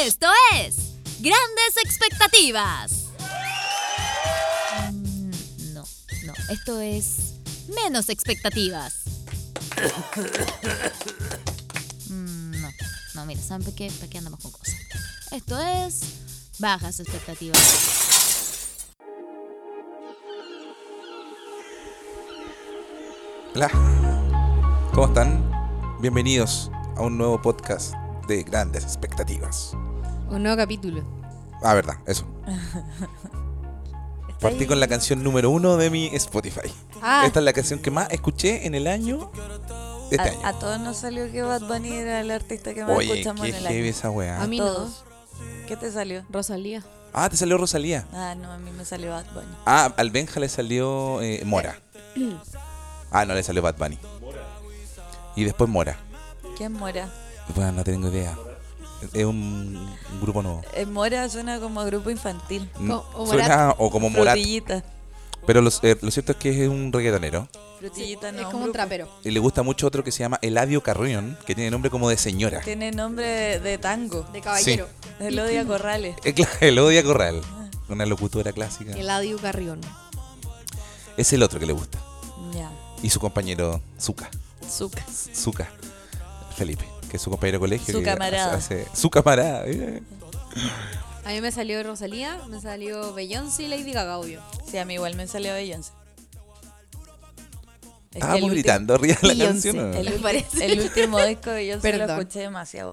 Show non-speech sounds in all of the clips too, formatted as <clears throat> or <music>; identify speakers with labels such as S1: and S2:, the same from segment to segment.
S1: Esto es Grandes Expectativas. Mm, No, no, esto es Menos Expectativas. <coughs> Mm, No, no, mira, ¿saben por qué? ¿Para qué andamos con cosas? Esto es Bajas Expectativas.
S2: Hola, ¿cómo están? Bienvenidos a un nuevo podcast de grandes expectativas.
S3: Un nuevo capítulo.
S2: Ah, verdad,
S4: <laughs>
S2: eso. Partí con la canción número uno de mi Spotify.
S4: Ah.
S2: Esta es la canción que más escuché en el año de este
S4: A,
S2: año.
S4: a todos nos salió que Bad Bunny era el artista Ah, que más
S2: Oye,
S4: escuchamos
S2: qué
S4: en el
S2: heavy
S4: año.
S2: esa weá.
S3: A mí
S4: Todos. ¿Qué te salió?
S3: no. Rosalía.
S2: Ah, te salió Rosalía.
S4: Ah, no, a mí me salió Bad Bunny.
S2: Ah, al Benja le salió eh,
S4: <clears throat>
S2: Mora. Ah, no, le salió Bad Bunny. Y después Mora.
S4: ¿Quién Mora?
S2: Bueno, no tengo idea. Es un un grupo nuevo.
S4: Eh, Mora suena como grupo infantil.
S3: Co- o
S2: Mm, Suena o como Morat.
S4: Frutillita.
S2: Pero los- eh, lo cierto es que es un reggaetonero.
S4: Frutillita no.
S3: es como un
S4: grupo.
S3: trapero.
S2: Y le gusta mucho otro que se llama Eladio Carrión, que tiene nombre como de señora.
S4: Tiene nombre de, de tango.
S3: De caballero.
S4: Elodia Corrales.
S2: <laughs> Eh, cla- Elodia Corral, una locutora clásica.
S3: Eladio Carrión.
S2: Es el otro que le gusta.
S4: Ya.
S2: Y su compañero, Zuka.
S4: Zuka.
S2: Zuka. Felipe, que es su compañero de colegio.
S4: Su
S2: que
S4: camarada.
S2: hace- hace- su camarada. eh.
S3: A mí me salió Rosalía, me salió Beyoncé y Lady Gaga, obvio.
S4: Sí, a mí igual me salió Beyoncé. Es que el
S2: Estábamos
S4: ulti-
S2: gritando arriba de la
S3: Beyoncé,
S2: canción. ¿o no?
S4: El,
S2: El...
S4: ulti-
S3: Parece.
S4: el último disco de Beyoncé lo
S3: Perdón.
S4: escuché demasiado.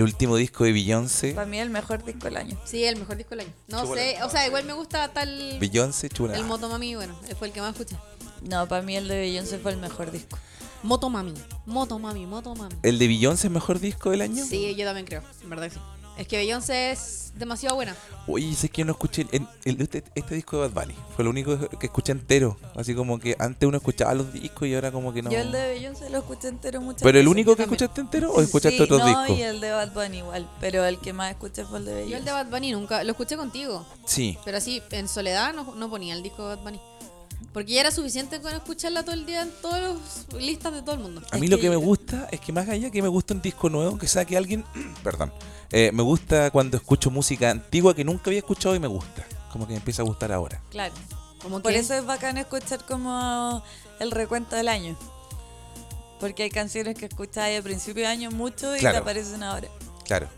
S2: último disco de Beyoncé.
S4: Para mí el mejor disco del año.
S3: Sí, el mejor disco del año. No
S2: Chúpala.
S3: sé, o sea, igual me gusta tal...
S2: Beyoncé, chula.
S3: El Motomami, bueno, fue el que más escuché.
S4: No, para mí el de Beyoncé fue el mejor disco.
S3: Motomami, Motomami, Motomami.
S2: ¿El de Beyoncé es mejor disco del año?
S3: Sí, yo también creo, en verdad que sí. Es que Beyoncé es demasiado buena.
S2: Oye, sé que yo no escuché el- el- este, este disco de Bad Bunny. Fue lo único que escuché entero. Así como que antes uno escuchaba los discos y ahora como que no.
S4: Yo el de Beyoncé lo escuché entero muchas
S2: ¿Pero el
S4: veces.
S2: único que
S3: también.
S2: escuchaste entero o escuchaste
S4: Sí,
S2: otros
S4: no,
S2: discos?
S4: y el de Bad Bunny igual, pero el que más escuché fue el de Beyoncé.
S3: Yo el de Bad Bunny nunca, lo escuché contigo,
S2: Sí.
S3: pero así, en soledad no, no ponía el disco de Bad Bunny. Porque ya era suficiente con escucharla todo el día en todas las listas de todo el mundo.
S2: A
S4: Es
S2: mí lo
S4: que
S2: que me
S4: yo-
S2: gusta es que más allá que me gusta un disco nuevo que saque alguien. <clears throat> Perdón. Eh, me gusta cuando escucho música antigua que nunca había escuchado y me gusta. Como que me empieza a gustar ahora.
S4: Claro.
S3: Como
S4: Por
S3: que-
S4: eso es bacán escuchar como el recuento del año. Porque hay canciones que escucháis a principio de año mucho y
S2: Claro.
S4: te aparecen ahora.
S2: Claro.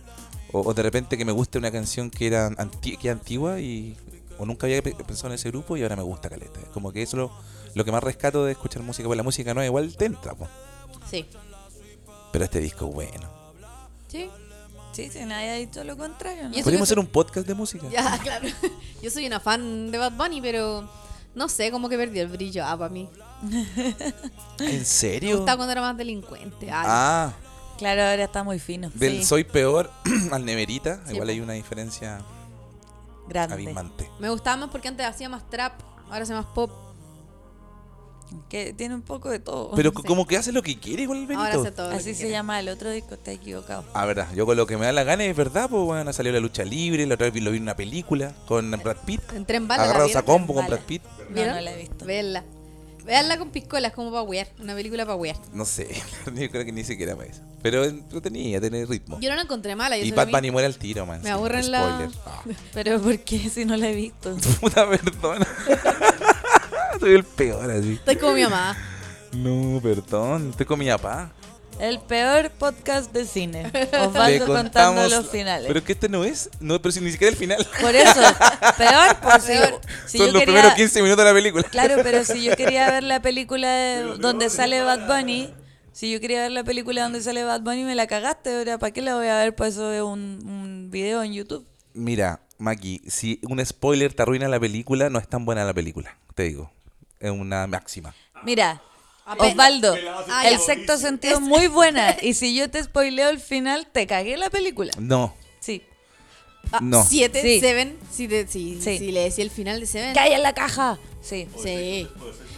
S2: O, o de repente que me guste una canción que era anti- que era antigua y. O nunca había pe- pensado en ese grupo y ahora me gusta Caleta. Es Como que eso es lo, lo que más rescato de escuchar música. Porque la música nueva igual te entra, po.
S3: Sí.
S2: Pero este disco es bueno.
S3: Sí.
S4: Sí, si nadie ha dicho lo contrario, ¿no?
S3: Y eso
S2: Podríamos
S3: que-
S2: hacer un podcast de música.
S3: <laughs> Ya, claro. Yo soy una fan de Bad Bunny, pero no sé, como que perdí el brillo. Ah, para mí.
S2: ¿En
S3: Me
S2: serio?
S3: gustaba cuando era más delincuente. Ah,
S2: Ah.
S4: Claro, ahora está muy fino.
S2: Del
S4: Sí,
S2: soy peor <clears throat> al neverita,
S3: Sí,
S2: igual
S3: po.
S2: hay una diferencia
S4: grande.
S2: abismante.
S3: Me gustaba más porque antes hacía más trap, ahora hace más pop.
S4: Que tiene un poco de todo.
S2: Pero
S4: Sí.
S2: como que hace lo que quiere igual el
S3: Ahora
S2: Benito.
S3: hace todo. lo que
S4: Así se
S3: quiera.
S4: llama el otro disco, está equivocado. <laughs>
S2: Ah, verdad, yo con lo que me da la gana es verdad, pues bueno, salió la lucha libre, la otra vez lo vi en una película con Brad Pitt,
S3: Entré en bala.
S2: agarrados a combo con
S4: Bala.
S2: Brad Pitt,
S4: No, no la he visto.
S3: Veanla. Veanla con piscolas, como para wear. Una película para wear.
S2: no sé, <laughs> yo creo que ni siquiera para eso. Pero entretenía, tenía ritmo.
S3: Yo no la encontré mala. Yo
S2: Y
S3: solo
S2: Bad
S3: vi-
S2: Bunny muere al tiro, man. sí,
S3: Me aburren la-
S2: spoiler.
S3: <laughs>
S2: Ah,
S4: Pero ¿por qué si no la he visto?
S2: puta, perdón. <laughs> Soy el peor así.
S3: Estoy como mi mamá.
S2: No, perdón, estoy con mi papá.
S4: El peor podcast de <laughs> cine.
S2: Le
S4: Osvaldo contando
S2: contamos-
S4: los finales.
S2: Pero que este no es, no, pero si ni siquiera el final.
S4: Por eso, peor,
S2: <laughs>
S4: por si,
S3: Peor.
S4: si
S2: Son
S4: yo
S2: los
S4: quería...
S2: primeros 15 minutos de la película.
S4: Claro, pero si yo quería ver la película de- donde sale Bad Bunny, si yo quería ver la película donde sale Bad Bunny, me la cagaste. Ahora, ¿para qué la voy a ver? Para eso veo un, un video en YouTube.
S2: Mira, Maki, si un spoiler te arruina la película, no es tan buena la película, te digo. Es una máxima.
S4: Mira,
S3: Apenas.
S4: Osvaldo,
S3: Ah,
S4: el
S3: ya.
S4: sexto sentido es muy <laughs> buena. Y si yo te spoileo el final, te cagué la película.
S2: No.
S4: Sí.
S3: Ah,
S2: <laughs> No.
S3: Siete,
S4: Sí.
S3: Seven. Si, te- si,
S4: Sí.
S3: si le decía el final de Seven.
S4: ¡Calla en la caja! Sí.
S3: Sí.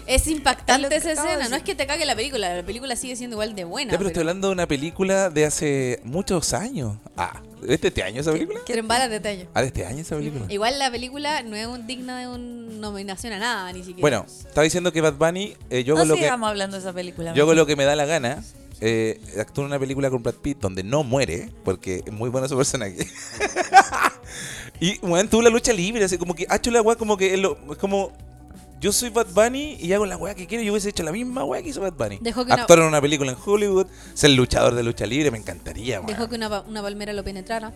S3: Es
S4: Es lo
S3: impactante
S4: que
S3: esa
S4: acabo de
S3: escena. No
S4: decir.
S3: es que te cague la película. La película sigue siendo igual de buena.
S2: ya, pero estoy
S3: pero-
S2: hablando de una película de hace muchos años. Ah, ¿es de este año esa película?
S3: Quieren balas de tallo.
S2: Ah, de este año esa película.
S3: Igual la película no es un- digna de una nominación a nada, ni siquiera.
S2: Bueno, estaba diciendo que Bad Bunny, eh, yo
S4: No
S2: hago lo que
S4: sigamos hablando de esa película.
S2: yo hago
S4: mejor.
S2: lo que me da la gana eh, actúa en una película con Brad Pitt donde no muere, porque es muy bueno su personaje. <laughs> y weón tuvo la lucha libre, así como que ha hecho la weá como que es lo- es como yo soy Bad Bunny y hago la weá que quiero, yo hubiese hecho la misma weá que hizo Bad Bunny.
S3: Dejó que una-
S2: Actuar en una película en Hollywood, ser luchador de lucha libre, me encantaría, weón.
S3: Dejó que una, pa- una palmera lo penetrara.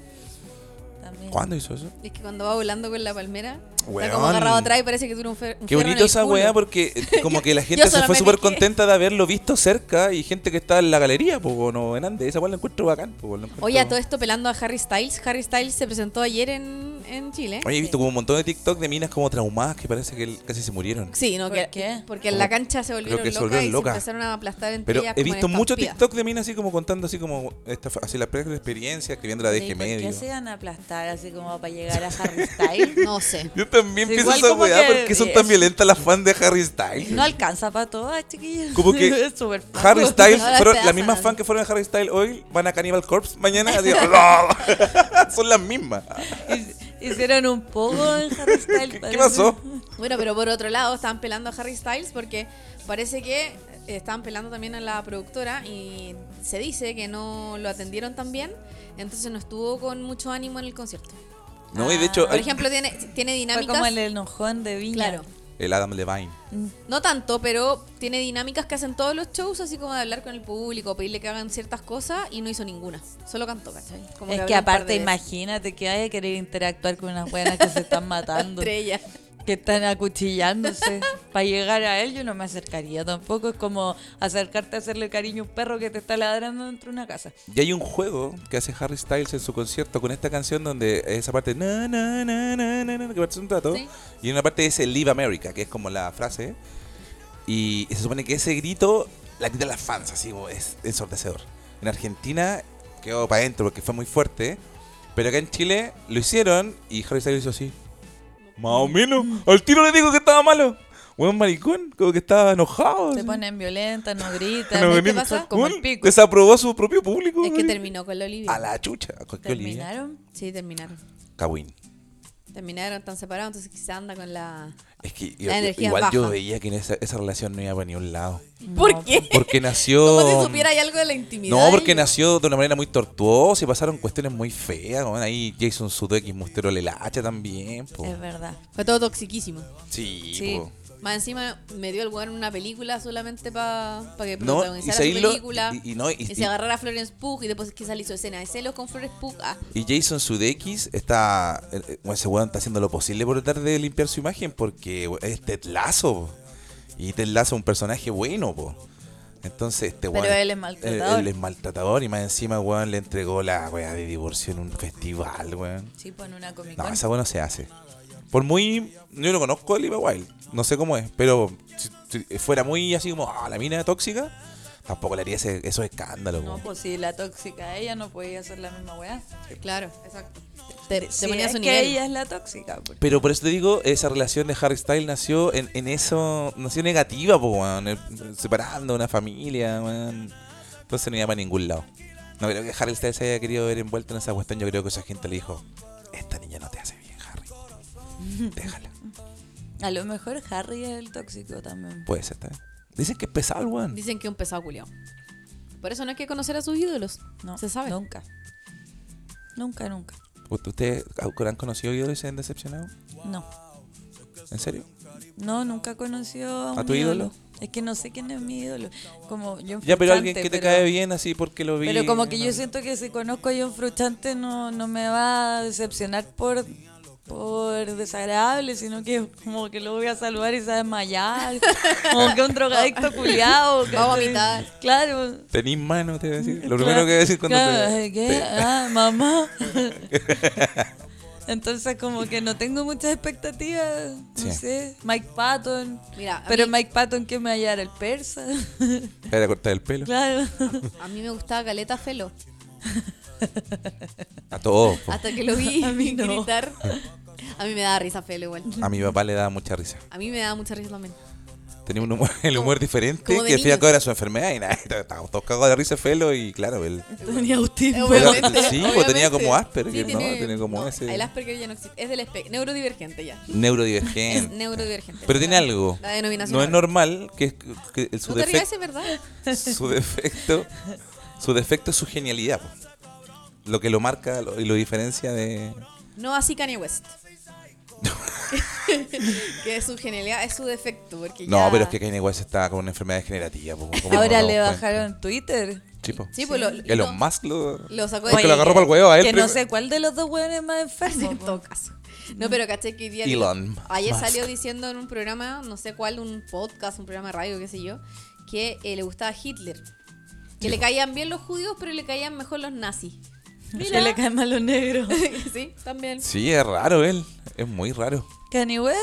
S4: También.
S2: ¿Cuándo hizo eso?
S3: Es que cuando va volando con la palmera,
S2: Weón.
S3: está como agarrado atrás y parece que tiene un, fer, un
S2: Qué
S3: fierro en
S2: bonito
S3: el
S2: esa
S3: culo.
S2: weá porque
S3: <laughs>
S2: eh, como que la gente se
S3: solo
S2: fue
S3: me
S2: súper
S3: dejé.
S2: contenta de haberlo visto cerca y gente que está en la galería, pues no, en Andes, esa weá la encuentro bacán. po, la encuentro-
S3: Oye, a todo esto pelando a Harry Styles. Harry Styles se presentó ayer en, en Chile.
S2: Oye, he visto como un montón de TikTok de minas como traumadas que parece que el- casi se murieron.
S3: Sí, no,
S4: ¿Por
S3: que,
S4: qué?
S3: porque en la cancha se volvieron,
S2: que se
S3: locas
S2: volvieron
S3: y
S2: locas.
S3: se empezaron a aplastar entre
S2: Pero
S3: ellas
S2: he
S3: como en
S2: visto mucho
S3: estampidas.
S2: TikTok de minas así como contando así como esta, fa- así la propia experiencia, escribiendo la
S4: ¿Y
S2: DG
S4: ¿Por
S2: medio.
S4: qué se van a aplastar así como para llegar a Harry Styles?
S3: No sé.
S2: Yo también
S4: Sí,
S2: pienso
S4: igual
S2: esa
S4: como
S2: weá
S4: que-
S2: porque son tan
S4: es-
S2: violentas las fans de Harry Styles.
S4: No <laughs> alcanza para todas, chiquillos.
S2: Como que
S4: <laughs> Es súper fácil.
S2: Harry Styles,
S3: Ahora
S2: fueron,
S3: despedazan.
S2: las mismas fans que fueron a Harry Styles hoy van a Cannibal Corpse
S4: <laughs>
S2: mañana. así, ¡no! <laughs> son las mismas.
S4: Hic- Hicieron un poco en Harry
S2: <laughs>
S4: Styles.
S2: ¿Qué, qué
S4: parece. <laughs>
S2: pasó?
S3: Bueno, pero por otro lado, estaban pelando a Harry Styles porque parece que eh, estaban pelando también a la productora y se dice que no lo atendieron tan bien, entonces no estuvo con mucho ánimo en el concierto.
S2: No, y de
S4: Ah,
S2: hecho,
S3: Por
S2: hay-
S3: ejemplo, tiene, tiene
S4: Fue
S3: dinámicas.
S4: como el enojón de Viña.
S3: Claro.
S2: el Adam Levine.
S3: No tanto, pero tiene dinámicas que hacen todos los shows, así como de hablar con el público, pedirle que hagan ciertas cosas, y no hizo ninguna. Solo cantó, ¿cachai? Como
S4: es
S3: habló
S4: que
S3: un par
S4: aparte,
S3: de veces.
S4: imagínate que vaya a querer interactuar con unas buenas que se están matando,
S3: Entre ellas.
S4: que están acuchillándose. Para llegar a él yo no me acercaría tampoco. Es como acercarte a hacerle cariño a un perro que te está ladrando dentro de una casa.
S2: Y hay un juego que hace Harry Styles en su concierto con esta canción donde esa parte na, na, na, na, na, na, que parece un rato
S3: Sí.
S2: y una parte dice Live America, que es como la frase. Y se supone que ese grito la gritan las fans, así como es ensordecedor. En Argentina quedó para adentro porque fue muy fuerte, pero acá en Chile lo hicieron y Harry Styles hizo así. Más o menos, al tiro le digo que estaba malo. Buen maricón, como que estaba enojado.
S4: Te
S2: así.
S4: ponen
S2: <laughs>
S4: violenta, no gritan,
S2: No,
S4: no,
S2: venimos-
S4: pasa? como el
S2: Bueno,
S4: pico.
S2: Desaprobó a su propio público.
S3: Es que
S2: marico.
S3: terminó con la Olivia.
S2: A la chucha. ¿Con qué Olivia?
S4: ¿Terminaron?
S3: Sí, terminaron.
S2: Kawin.
S3: Terminaron, están separados, entonces quizá anda con la...
S2: Es que yo-
S3: La energía
S2: igual yo
S3: baja.
S2: veía que en esa, esa relación no iba para ni un lado.
S3: ¿Por qué?
S2: Porque nació.
S3: <laughs> Como si supiera ahí algo de la intimidad.
S2: No, porque
S3: de ellos.
S2: nació de una manera muy tortuosa y pasaron cuestiones muy feas. weón. Ahí Jason Sudeikis mostró el hacha también. po.
S3: Eh,
S4: Es verdad.
S3: Fue todo toxiquísimo.
S2: Sí,
S4: Sí.
S2: po.
S3: Más encima me dio el weón una película solamente para que
S2: No, y
S3: protagonizara
S2: se
S3: su
S2: ahí lo-
S3: película.
S2: y- y no, y-
S3: que
S2: y-
S3: se agarrara a Florence Pugh y después quizá le hizo escena de celos con Florence Pugh. Ah,
S2: Y Jason Sudeikis está. eh, eh, bueno, Ese weón está haciendo lo posible por tratar de limpiar su imagen porque we- es Ted Lasso. po. Y Ted Lasso es un personaje bueno, po. Entonces, este
S4: Pero
S2: weón.
S4: él es maltratador.
S2: Él, él es maltratador y más encima, weón, le entregó la weá de divorcio en un festival, weón.
S4: Sí, pues en una Comic
S2: No,
S4: Con.
S2: esa weá no se hace. Por muy. Yo no conozco a Olivia Wilde. No sé cómo es. Pero si, si fuera muy así como. "Ah, la mina tóxica. Tampoco le haría ese- esos escándalos,
S4: No,
S2: weón.
S4: pues si la tóxica ella no podía hacer la misma weá.
S3: claro, exacto. Te, te
S4: Si
S3: ponía a
S4: es
S3: su
S4: que
S3: nivel.
S4: ella es la tóxica. pues.
S2: Pero por eso te digo, esa relación de Harry Styles nació en, en eso, nació negativa, po, weón, eh, separando una familia, weón. Entonces no iba para ningún lado. No creo que Harry Styles se haya querido ver envuelto en esa cuestión. Yo creo que esa gente le dijo, esta niña no te hace bien, Harry. Déjala.
S4: A lo mejor Harry es el tóxico también.
S2: Puede ser también. Dicen que es pesado, el weón.
S3: Dicen que es un pesado culiao. Por eso no hay que conocer a sus ídolos.
S4: No,
S3: se sabe.
S4: Nunca. Nunca, nunca.
S2: ¿Ust- ¿Ustedes han conocido y se han decepcionado?
S4: No.
S2: ¿En serio?
S4: No, nunca conoció a, un
S2: ¿A tu ídolo?
S4: Es que no sé quién es mi ídolo. Como John
S2: Ya, pero
S4: Frusciante,
S2: alguien que te
S4: pero-
S2: cae bien así porque lo vi.
S4: Pero como que yo
S2: sé
S4: siento que si conozco a John Fruchante no, no me va a decepcionar por, por desagradable, sino que como que lo voy a saludar y se va a desmayar. como que
S2: <laughs>
S4: un drogadicto culiado.
S3: Va a vomitar.
S4: Claro.
S2: Tenís mano, te voy a decir. Lo
S4: <laughs> Claro,
S2: primero que voy a decir cuando
S4: claro,
S2: te-
S4: es que,
S2: te-
S4: ah,
S2: <laughs>
S4: mamá. Entonces como que no tengo muchas expectativas, no
S2: Sí.
S4: sé, Mike Patton,
S3: Mira, a
S4: pero
S3: mí-
S4: Mike Patton que me hallara el persa, <laughs>
S2: Te voy a cortar el pelo. <laughs>
S4: claro,
S3: A mí me gustaba Caleta Felo.
S2: A todos. po.
S3: Hasta que
S4: <laughs>
S3: lo vi
S4: A mí no.
S3: gritar. A mí me daba risa Felo igual.
S2: A mi papá le daba mucha risa.
S3: A mí me daba mucha risa también.
S2: Tenía un humor, el humor diferente
S3: como de
S2: que decía
S3: niños.
S2: que era su enfermedad y nada, <laughs> estábamos todos cagados de risa Felo y claro, él.
S4: Tenía
S2: <laughs>
S4: autismo.
S2: Pero-
S3: Obviamente,
S2: sí, pues,
S3: obviamente.
S2: tenía como Asperger,
S3: Sí,
S2: ¿no? Tiene como
S3: no,
S2: ese-
S3: El Asperger ya no existe. Es del espectro. Neurodivergente ya. Es
S2: Neurodivergente.
S3: neurodivergente.
S2: Pero tiene
S3: La-
S2: algo.
S3: La denominación.
S2: No es normal que, que el- su,
S3: No te rías,
S2: defecto,
S3: es verdad.
S2: su defecto su defecto es su genialidad. po. Lo que lo marca lo- y lo diferencia de...
S3: No así
S2: <laughs>
S3: Kanye West. que su genialidad es su defecto. Porque
S2: No,
S3: ya-
S2: pero es que Kanye West está con una enfermedad degenerativa. po, ¿cómo no
S4: Ahora
S2: nos
S4: le
S2: damos
S4: bajaron Twitter.
S2: cuenta? Sí, po.
S3: Sí, pues lo, lo-
S2: Elon Musk lo,
S3: lo sacó
S2: porque
S3: de-
S2: lo agarró para el huevo a él.
S4: Que
S2: primero.
S4: no sé cuál de los dos hueones es más
S3: <laughs>
S4: enfermo.
S3: en
S4: po.
S3: todo caso. No, pero caché que hoy día.
S2: Elon
S3: ayer
S2: Musk.
S3: salió diciendo en un programa, no sé cuál, un podcast, un programa de radio, qué sé yo, que eh, le gustaba Hitler.
S2: Sí.
S3: Que le caían bien los judíos, pero le caían mejor
S2: <laughs>
S3: los nazis. <laughs>
S4: Se le caen mal los negros.
S3: sí, también.
S2: Sí, es raro él. Es muy raro.
S4: Kanye West.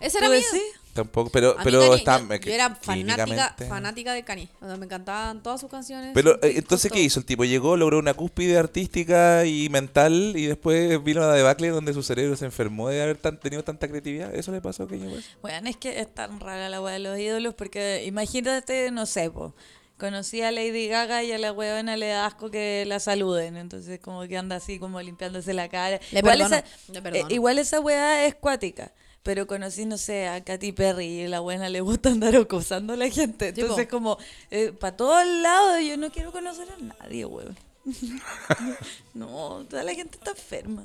S3: Ese era
S4: ¿tú
S3: mío.
S4: decís?
S2: Tampoco, pero,
S3: A mí
S2: pero
S3: Kanye,
S2: está.
S3: yo,
S2: que
S3: yo era fanática,
S2: clínicamente-
S3: fanática de Kanye. O sea, me encantaban todas sus canciones.
S2: Pero
S3: sus
S2: eh,
S3: discos,
S2: entonces, ¿qué
S3: todo.
S2: hizo el tipo? Llegó, logró una cúspide artística y mental y después vino la debacle donde su cerebro se enfermó de haber tan- tenido tanta creatividad. ¿Eso le pasó a Kanye West?
S4: Bueno, es que es tan rara la wea de los ídolos porque imagínate, no sé, po, conocí a Lady Gaga y a la huevona le da asco que la saluden, entonces como que anda así como limpiándose la cara.
S3: Le
S4: igual,
S3: perdono,
S4: esa,
S3: le perdono.
S4: eh, igual esa wea es cuática. Pero conocí, no sé, a Katy Perry y la buena le gusta andar acosando a la gente.
S3: Sí,
S4: Entonces,
S3: po.
S4: como, para todos lados, yo no quiero conocer a nadie,
S3: <laughs>
S4: weón. no, toda la gente está enferma.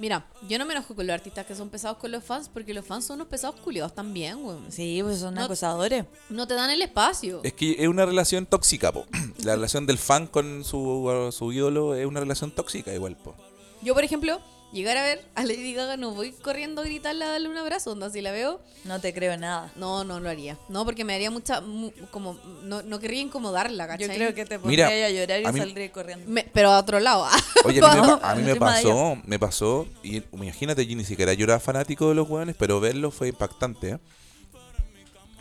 S3: Mira, yo no me enojo con los artistas que son pesados con los fans, porque los fans son unos pesados culiados también, güey.
S4: Sí, pues son
S3: No-
S4: acosadores.
S3: No te dan el espacio.
S2: Es que es una relación tóxica, po.
S3: <laughs>
S2: La relación del fan con su, su ídolo es una relación tóxica, igual, po.
S3: Yo, por ejemplo, llegar a ver a Lady Gaga, no voy corriendo a gritarle a darle un abrazo, onda, si la veo,
S4: No te creo nada.
S3: no, no lo haría. No, porque me daría mucha, mu- como, no, no querría incomodarla, ¿cachai?
S4: Yo creo que te
S2: Mira,
S4: pondría a llorar y
S2: a mí-
S4: saldría corriendo.
S3: Me- pero a otro lado. <laughs>
S2: Oye, a mí me, pa- a mí me
S4: Encima de
S2: pasó, me pasó, y imagínate, yo ni siquiera yo era fanático de los hueones, pero verlo fue impactante. ¿eh?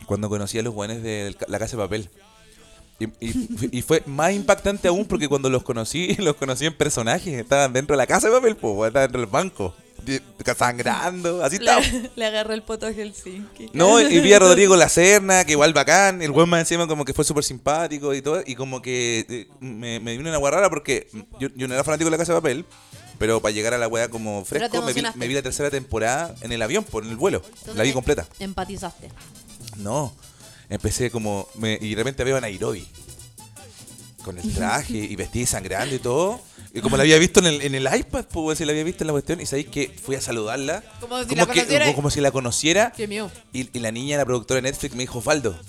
S2: Cuando conocí a los hueones de la Casa de Papel. Y, y- y fue más impactante aún porque cuando los conocí, <laughs> los conocí en personajes, estaban dentro de la Casa de Papel, po, weón, estaban dentro del banco, di- sangrando, así
S4: Le,
S2: estaba.
S4: le agarró el poto a Helsinki.
S2: No, y
S3: <laughs>
S2: vi a Rodrigo Lacerna, que igual bacán, el weón más encima como que fue súper simpático y todo, y como que eh, me, me vino una guarrara porque yo, yo no era fanático de la Casa de Papel, pero para llegar a la weá como
S3: Pero te
S2: fresco, me vi,
S3: emocionaste.
S2: me vi la tercera temporada en el avión, por en el vuelo, la vi completa.
S3: Empatizaste.
S2: No, empecé como, me- y de repente veo a Nairobi, con el traje y vestida y sangrando y todo, y como la había visto en el, en el iPad, pues si la había visto en la cuestión, y sabéis que fui a saludarla,
S3: Como si la
S2: que-
S3: conociera.
S2: como si la conociera,
S3: Qué miedo.
S2: y, y la niña, la productora de Netflix, me dijo, Faldo,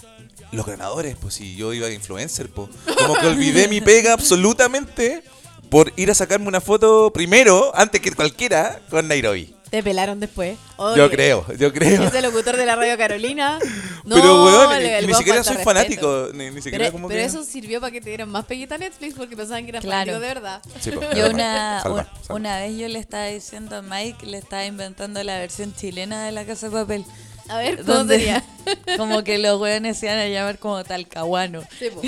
S2: los ganadores, pues si yo iba de influencer, pues. Como que olvidé mi pega absolutamente por ir a sacarme una foto primero, antes que cualquiera, con Nairobi.
S3: Te pelaron después.
S2: Yo creo, yo <laughs> creo.
S3: Ese locutor de la Radio Carolina. No,
S2: pero, weón,
S3: le-
S2: ni,
S3: le
S2: ni
S3: va a
S2: siquiera soy
S3: faltar respeto.
S2: fanático. Ni, ni siquiera
S3: Pero,
S2: como
S3: pero
S2: que-
S3: eso sirvió para que te dieran más peguita a Netflix porque pensaban que eras
S4: Claro.
S3: fanático de verdad.
S2: Sí, po,
S4: Yo
S2: salva,
S4: una,
S2: salva,
S4: un-
S2: salva.
S4: una vez yo le estaba diciendo a Mike, le estaba inventando la versión chilena de la Casa de Papel.
S3: A ver, ¿cómo
S4: Donde-
S3: sería?
S4: <laughs> Como que los weones se iban a llamar como talcahuano.
S3: Sí,
S4: <laughs>
S3: po.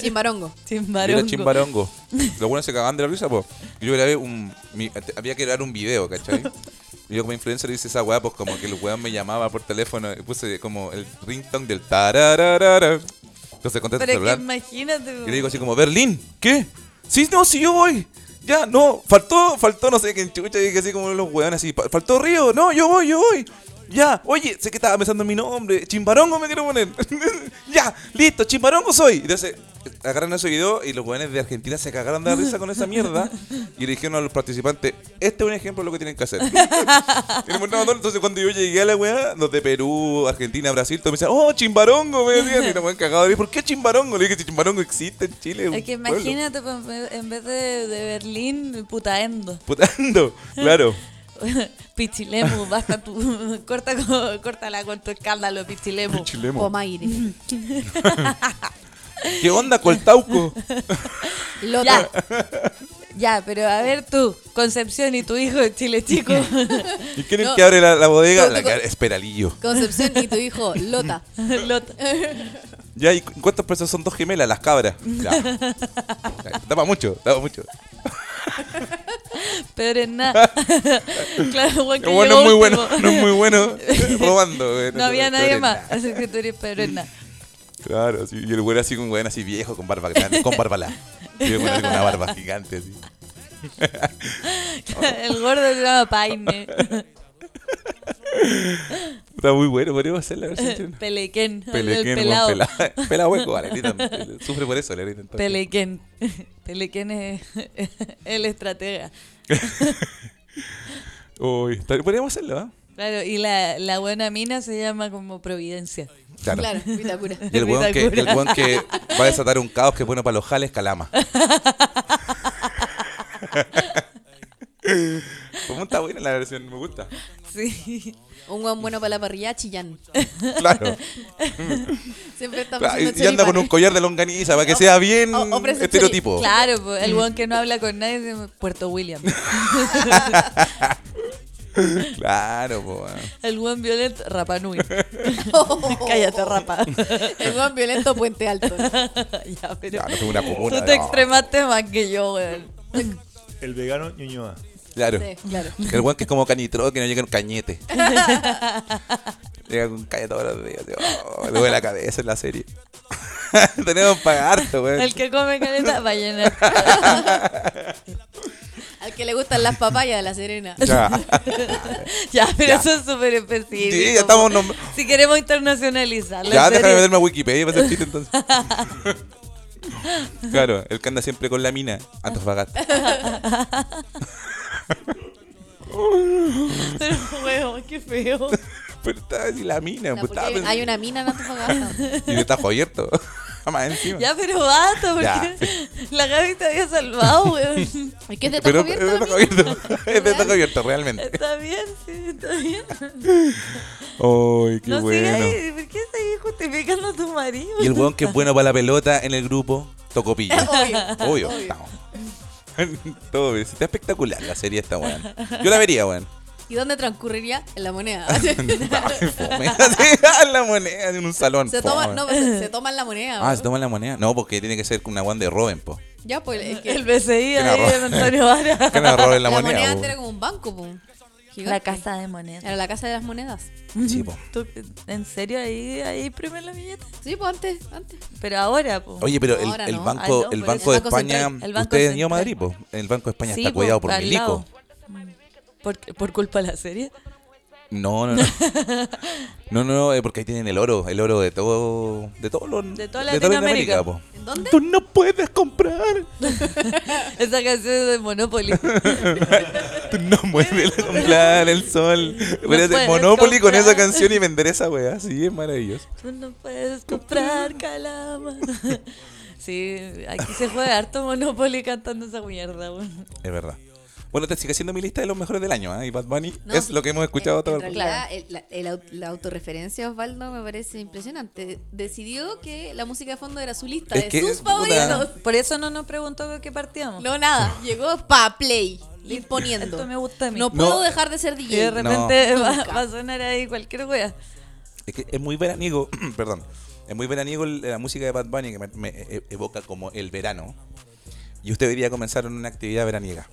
S3: Chimbarongo.
S2: Yo
S4: Chimbarongo.
S2: era chimbarongo. Los buenos se cagaban de la risa, pues. Yo grabé un. mi- te- había que grabar un video, ¿cachai? Y yo como influencer hice esa weá, pues como que el weón me llamaba por teléfono y puse como el ringtone del tarararara. Entonces contesta el
S4: Pero
S2: celular.
S4: es que imagínate.
S2: Y le digo así como, Berlín, ¿qué? Sí, no, sí, yo voy. Ya, no, faltó, faltó, no sé quién chucha, dije así como los weones así, "Pa- faltó Río, no, yo voy, yo voy. Ya, oye, sé que estaba pensando en mi nombre, Chimbarongo me quiero poner. <laughs> ya, listo, Chimbarongo soy. Entonces, agarran ese video y los weones de Argentina se cagaron de la risa con esa mierda y le dijeron a los participantes, este es un ejemplo de lo que tienen que hacer. Y le mostraba todo. Entonces, cuando yo llegué a la weá, los de Perú, Argentina, Brasil, todos me decían, oh, chimbarongo, me decían. Y la weá cagado de risa, ¿por qué chimbarongo? Le dije, si chimbarongo existe en Chile.
S4: Es que
S2: pueblo".
S4: imagínate, pues, en vez de, de Berlín, putaendo.
S2: Putando, claro.
S4: <laughs> Pichilemu, basta tu. <laughs> corta, con- córtala con tu escándalo, Pichilemu.
S2: Chilemo.
S4: <laughs>
S3: Pomaire.
S2: ¿Qué onda, Coltauco?
S3: Loto.
S4: Ya. Ya, pero a ver tú, Concepción y tu hijo de
S2: <laughs>
S4: Chile Chico.
S2: ¿Y quién es
S3: No.
S2: el que abre la, la bodega? La
S3: Coltauco.
S2: que abre- es Peralillo.
S3: Concepción y tu hijo, Lota.
S4: Lota.
S2: Ya, ¿y cu- cuántas personas son dos
S4: <laughs>
S2: gemelas? Las cabras. Ya. Ya, Daba mucho, daba mucho.
S4: Pedro
S2: <laughs>
S4: Hernández. claro, Juan que
S2: Bueno, no
S4: llegó
S2: es muy
S4: último.
S2: bueno, no es muy
S4: <laughs>
S2: bueno eh, robando. este güey.
S4: No había nadie
S2: Pobre
S4: más,
S2: nada.
S4: así que tú eres Pedro
S2: <laughs>
S4: Hernández.
S2: Claro, sí, y el güey así, un güey así viejo, con barba grande, con barba
S4: <laughs>
S2: larga. Y yo con así con una barba gigante así.
S4: El gordo se llama Paine.
S2: <laughs> Está muy bueno, podríamos hacer la versión chilena.
S4: Pelequén. el del
S2: Pelequén,
S4: pelado.
S2: pelado. <laughs> Pelado, pelado hueco, vale. Lita, Sufre por eso, Lerita. entonces.
S4: Pelequén. <laughs> Pelequén es <laughs> el estratega.
S2: Uy, está- podríamos hacerlo, ¿ah?
S4: Claro, y la, la buena mina se llama como Providencia.
S2: <laughs> Claro.
S3: Claro, Vitacura.
S2: Y el weón, que, y el
S4: Vitacura.
S2: weón
S4: <laughs>
S2: que va a desatar un caos que es bueno para los jales, calama. ¿Cómo está buena la versión? Me
S4: <laughs>
S2: gusta.
S4: Sí.
S3: Un guan bueno para la parrilla, Chillán.
S2: Claro.
S3: Siempre está
S2: Claro,
S3: haciendo
S2: Y, y anda con un collar de longaniza para que sea bien
S3: o- o
S2: <laughs>
S3: presa
S2: estereotipo.
S4: Claro, po, el weón que no habla con nadie se llama Puerto William.
S2: <laughs> Claro, po, weón.
S4: El weón Violet
S2: <laughs>
S4: Rapanui.
S3: <laughs> choripán.
S4: <laughs> Cállate, rapa.
S3: El guan violento
S4: <laughs>
S3: Puente Alto.
S4: <laughs> ya, pero
S2: Claro, es una
S4: <laughs>
S2: comuna.
S4: tú te
S2: no.
S4: extremaste más que yo, weón.
S5: El vegano Ñuñoa.
S2: Claro.
S3: Sí, claro.
S2: El weón que es como canitro, que no llega un
S3: <laughs>
S2: cañete. llega con cañete todos los días. tío. Oh, le duele la cabeza en la serie. <laughs> Tenemos para harto, weón.
S4: El que
S2: <laughs>
S4: come caleta va a llenar.
S3: Al que le gustan las papayas de la Serena.
S2: Ya.
S4: <laughs> Ya, pero
S2: Ya.
S4: eso es súper
S2: <laughs>
S4: específico.
S2: Sí, ya estamos
S4: po.
S2: nom-
S4: Si queremos internacionalizarlo.
S2: Ya,
S4: en
S2: déjame
S4: serio.
S2: meterme a Wikipedia para hacer chiste entonces.
S3: <laughs>
S2: claro, el que anda siempre con la mina.
S3: <laughs>
S2: Antofagasta.
S4: Pero, <laughs> weón,
S2: <laughs>
S4: qué feo.
S2: Pero está así la mina.
S3: No,
S2: pues,
S3: porque
S2: estaba
S3: hay,
S2: pensando-
S3: hay una mina
S4: <laughs>
S3: en Antofagasta.
S2: Y le está abierto. <laughs> Más encima.
S4: Ya, pero basta,
S2: Ya.
S4: porque la Gaby te había
S2: <laughs>
S4: salvado, weón.
S3: Es que es de
S2: Pero
S3: Tajo
S2: es de taco
S3: Abierto la mina.
S2: abierto. <laughs> Es de taco abierto,
S4: <laughs>
S2: realmente.
S4: Está bien, sí, está bien.
S2: Ay, qué
S4: no sigas
S2: bueno.
S4: ahí, ¿por qué seguís justificando a tu marido?
S2: Y el weón que es bueno para la pelota en el grupo, Tocopilla. Obvio. estamos. <laughs> Todo bien. Está espectacular la serie esta, weón. Yo la vería, weón.
S3: ¿Y dónde transcurriría? En la moneda.
S2: <laughs>
S3: <laughs>
S2: Fome. <laughs> Así, la moneda en un salón.
S3: Se, toma,
S2: Fome.
S3: no, se, se toman la moneda.
S2: Ah, se toma la moneda. No, porque tiene que ser una weón de Robin, po.
S3: Ya, pues es que
S4: El BCI ahí
S2: narro-
S4: de
S2: <laughs>
S4: Antonio Vara.
S2: Que no roben la,
S3: la, moneda,
S2: moneda. po.
S3: antes era como un banco. po. Gigante.
S4: La casa de monedas.
S3: Era la casa de las monedas.
S2: Sí, po.
S4: Mm, ¿Tú, ¿En serio ahí, ahí primero la billeta?
S3: Sí, pues antes, antes.
S4: Pero ahora, pues.
S2: Oye, pero el,
S3: Ahora
S2: el
S3: no.
S2: banco,
S4: Ah, no,
S2: el
S4: pero
S2: banco de
S3: el Banco
S2: España,
S3: Central.
S4: El Banco
S2: ustedes han ido a
S4: Central.
S2: Madrid, po. El banco de España
S4: Sí,
S2: está
S4: po,
S2: cuidado por
S4: al
S2: milico.
S4: lado. Mm. ¿Por, qué- ¿Por culpa de la serie?
S2: No, no, no. No, no, no, eh, porque ahí tienen el oro, el oro de todo. De todo lo-
S4: De toda
S2: Latinoamérica,
S4: Latinoamérica.
S2: po.
S3: ¿En dónde?
S2: Tú no puedes comprar.
S4: Esa canción es de
S2: <laughs>
S4: Monopoly.
S2: Tú
S4: <laughs>
S2: no puedes comprar el sol. Pero es de
S4: puedes
S2: Monopoly con
S4: comprar.
S2: esa canción y vender esa weá. Sí, es maravilloso.
S4: Tú no puedes comprar calama. <laughs> Sí, aquí se juega harto Monopoly cantando esa mierda, weón.
S2: Es verdad. Bueno, te sigue siendo mi lista de los mejores del año, ¿ah? Y Bad Bunny
S3: No,
S2: es lo que hemos escuchado
S3: en,
S2: todo
S3: en
S2: el
S3: realidad, el- la, el au- la autorreferencia de Osvaldo me parece impresionante. Decidió que la música de fondo era su lista
S2: Es
S3: de
S2: que,
S3: sus
S2: puta.
S3: favoritos.
S4: Por eso no nos preguntó de qué partíamos.
S3: No, nada. Llegó pa' play. Imponiendo.
S4: Esto me gusta a mí.
S3: No
S2: No.
S3: puedo dejar de ser
S4: y de
S3: DJ.
S4: repente
S3: No.
S4: va,
S3: Nunca.
S4: va a sonar ahí cualquier wea.
S2: Es que es muy veraniego, <clears throat> perdón, es muy veraniego el- la música de Bad Bunny que me, me e- evoca como el verano. Y usted debería comenzar en una actividad veraniega.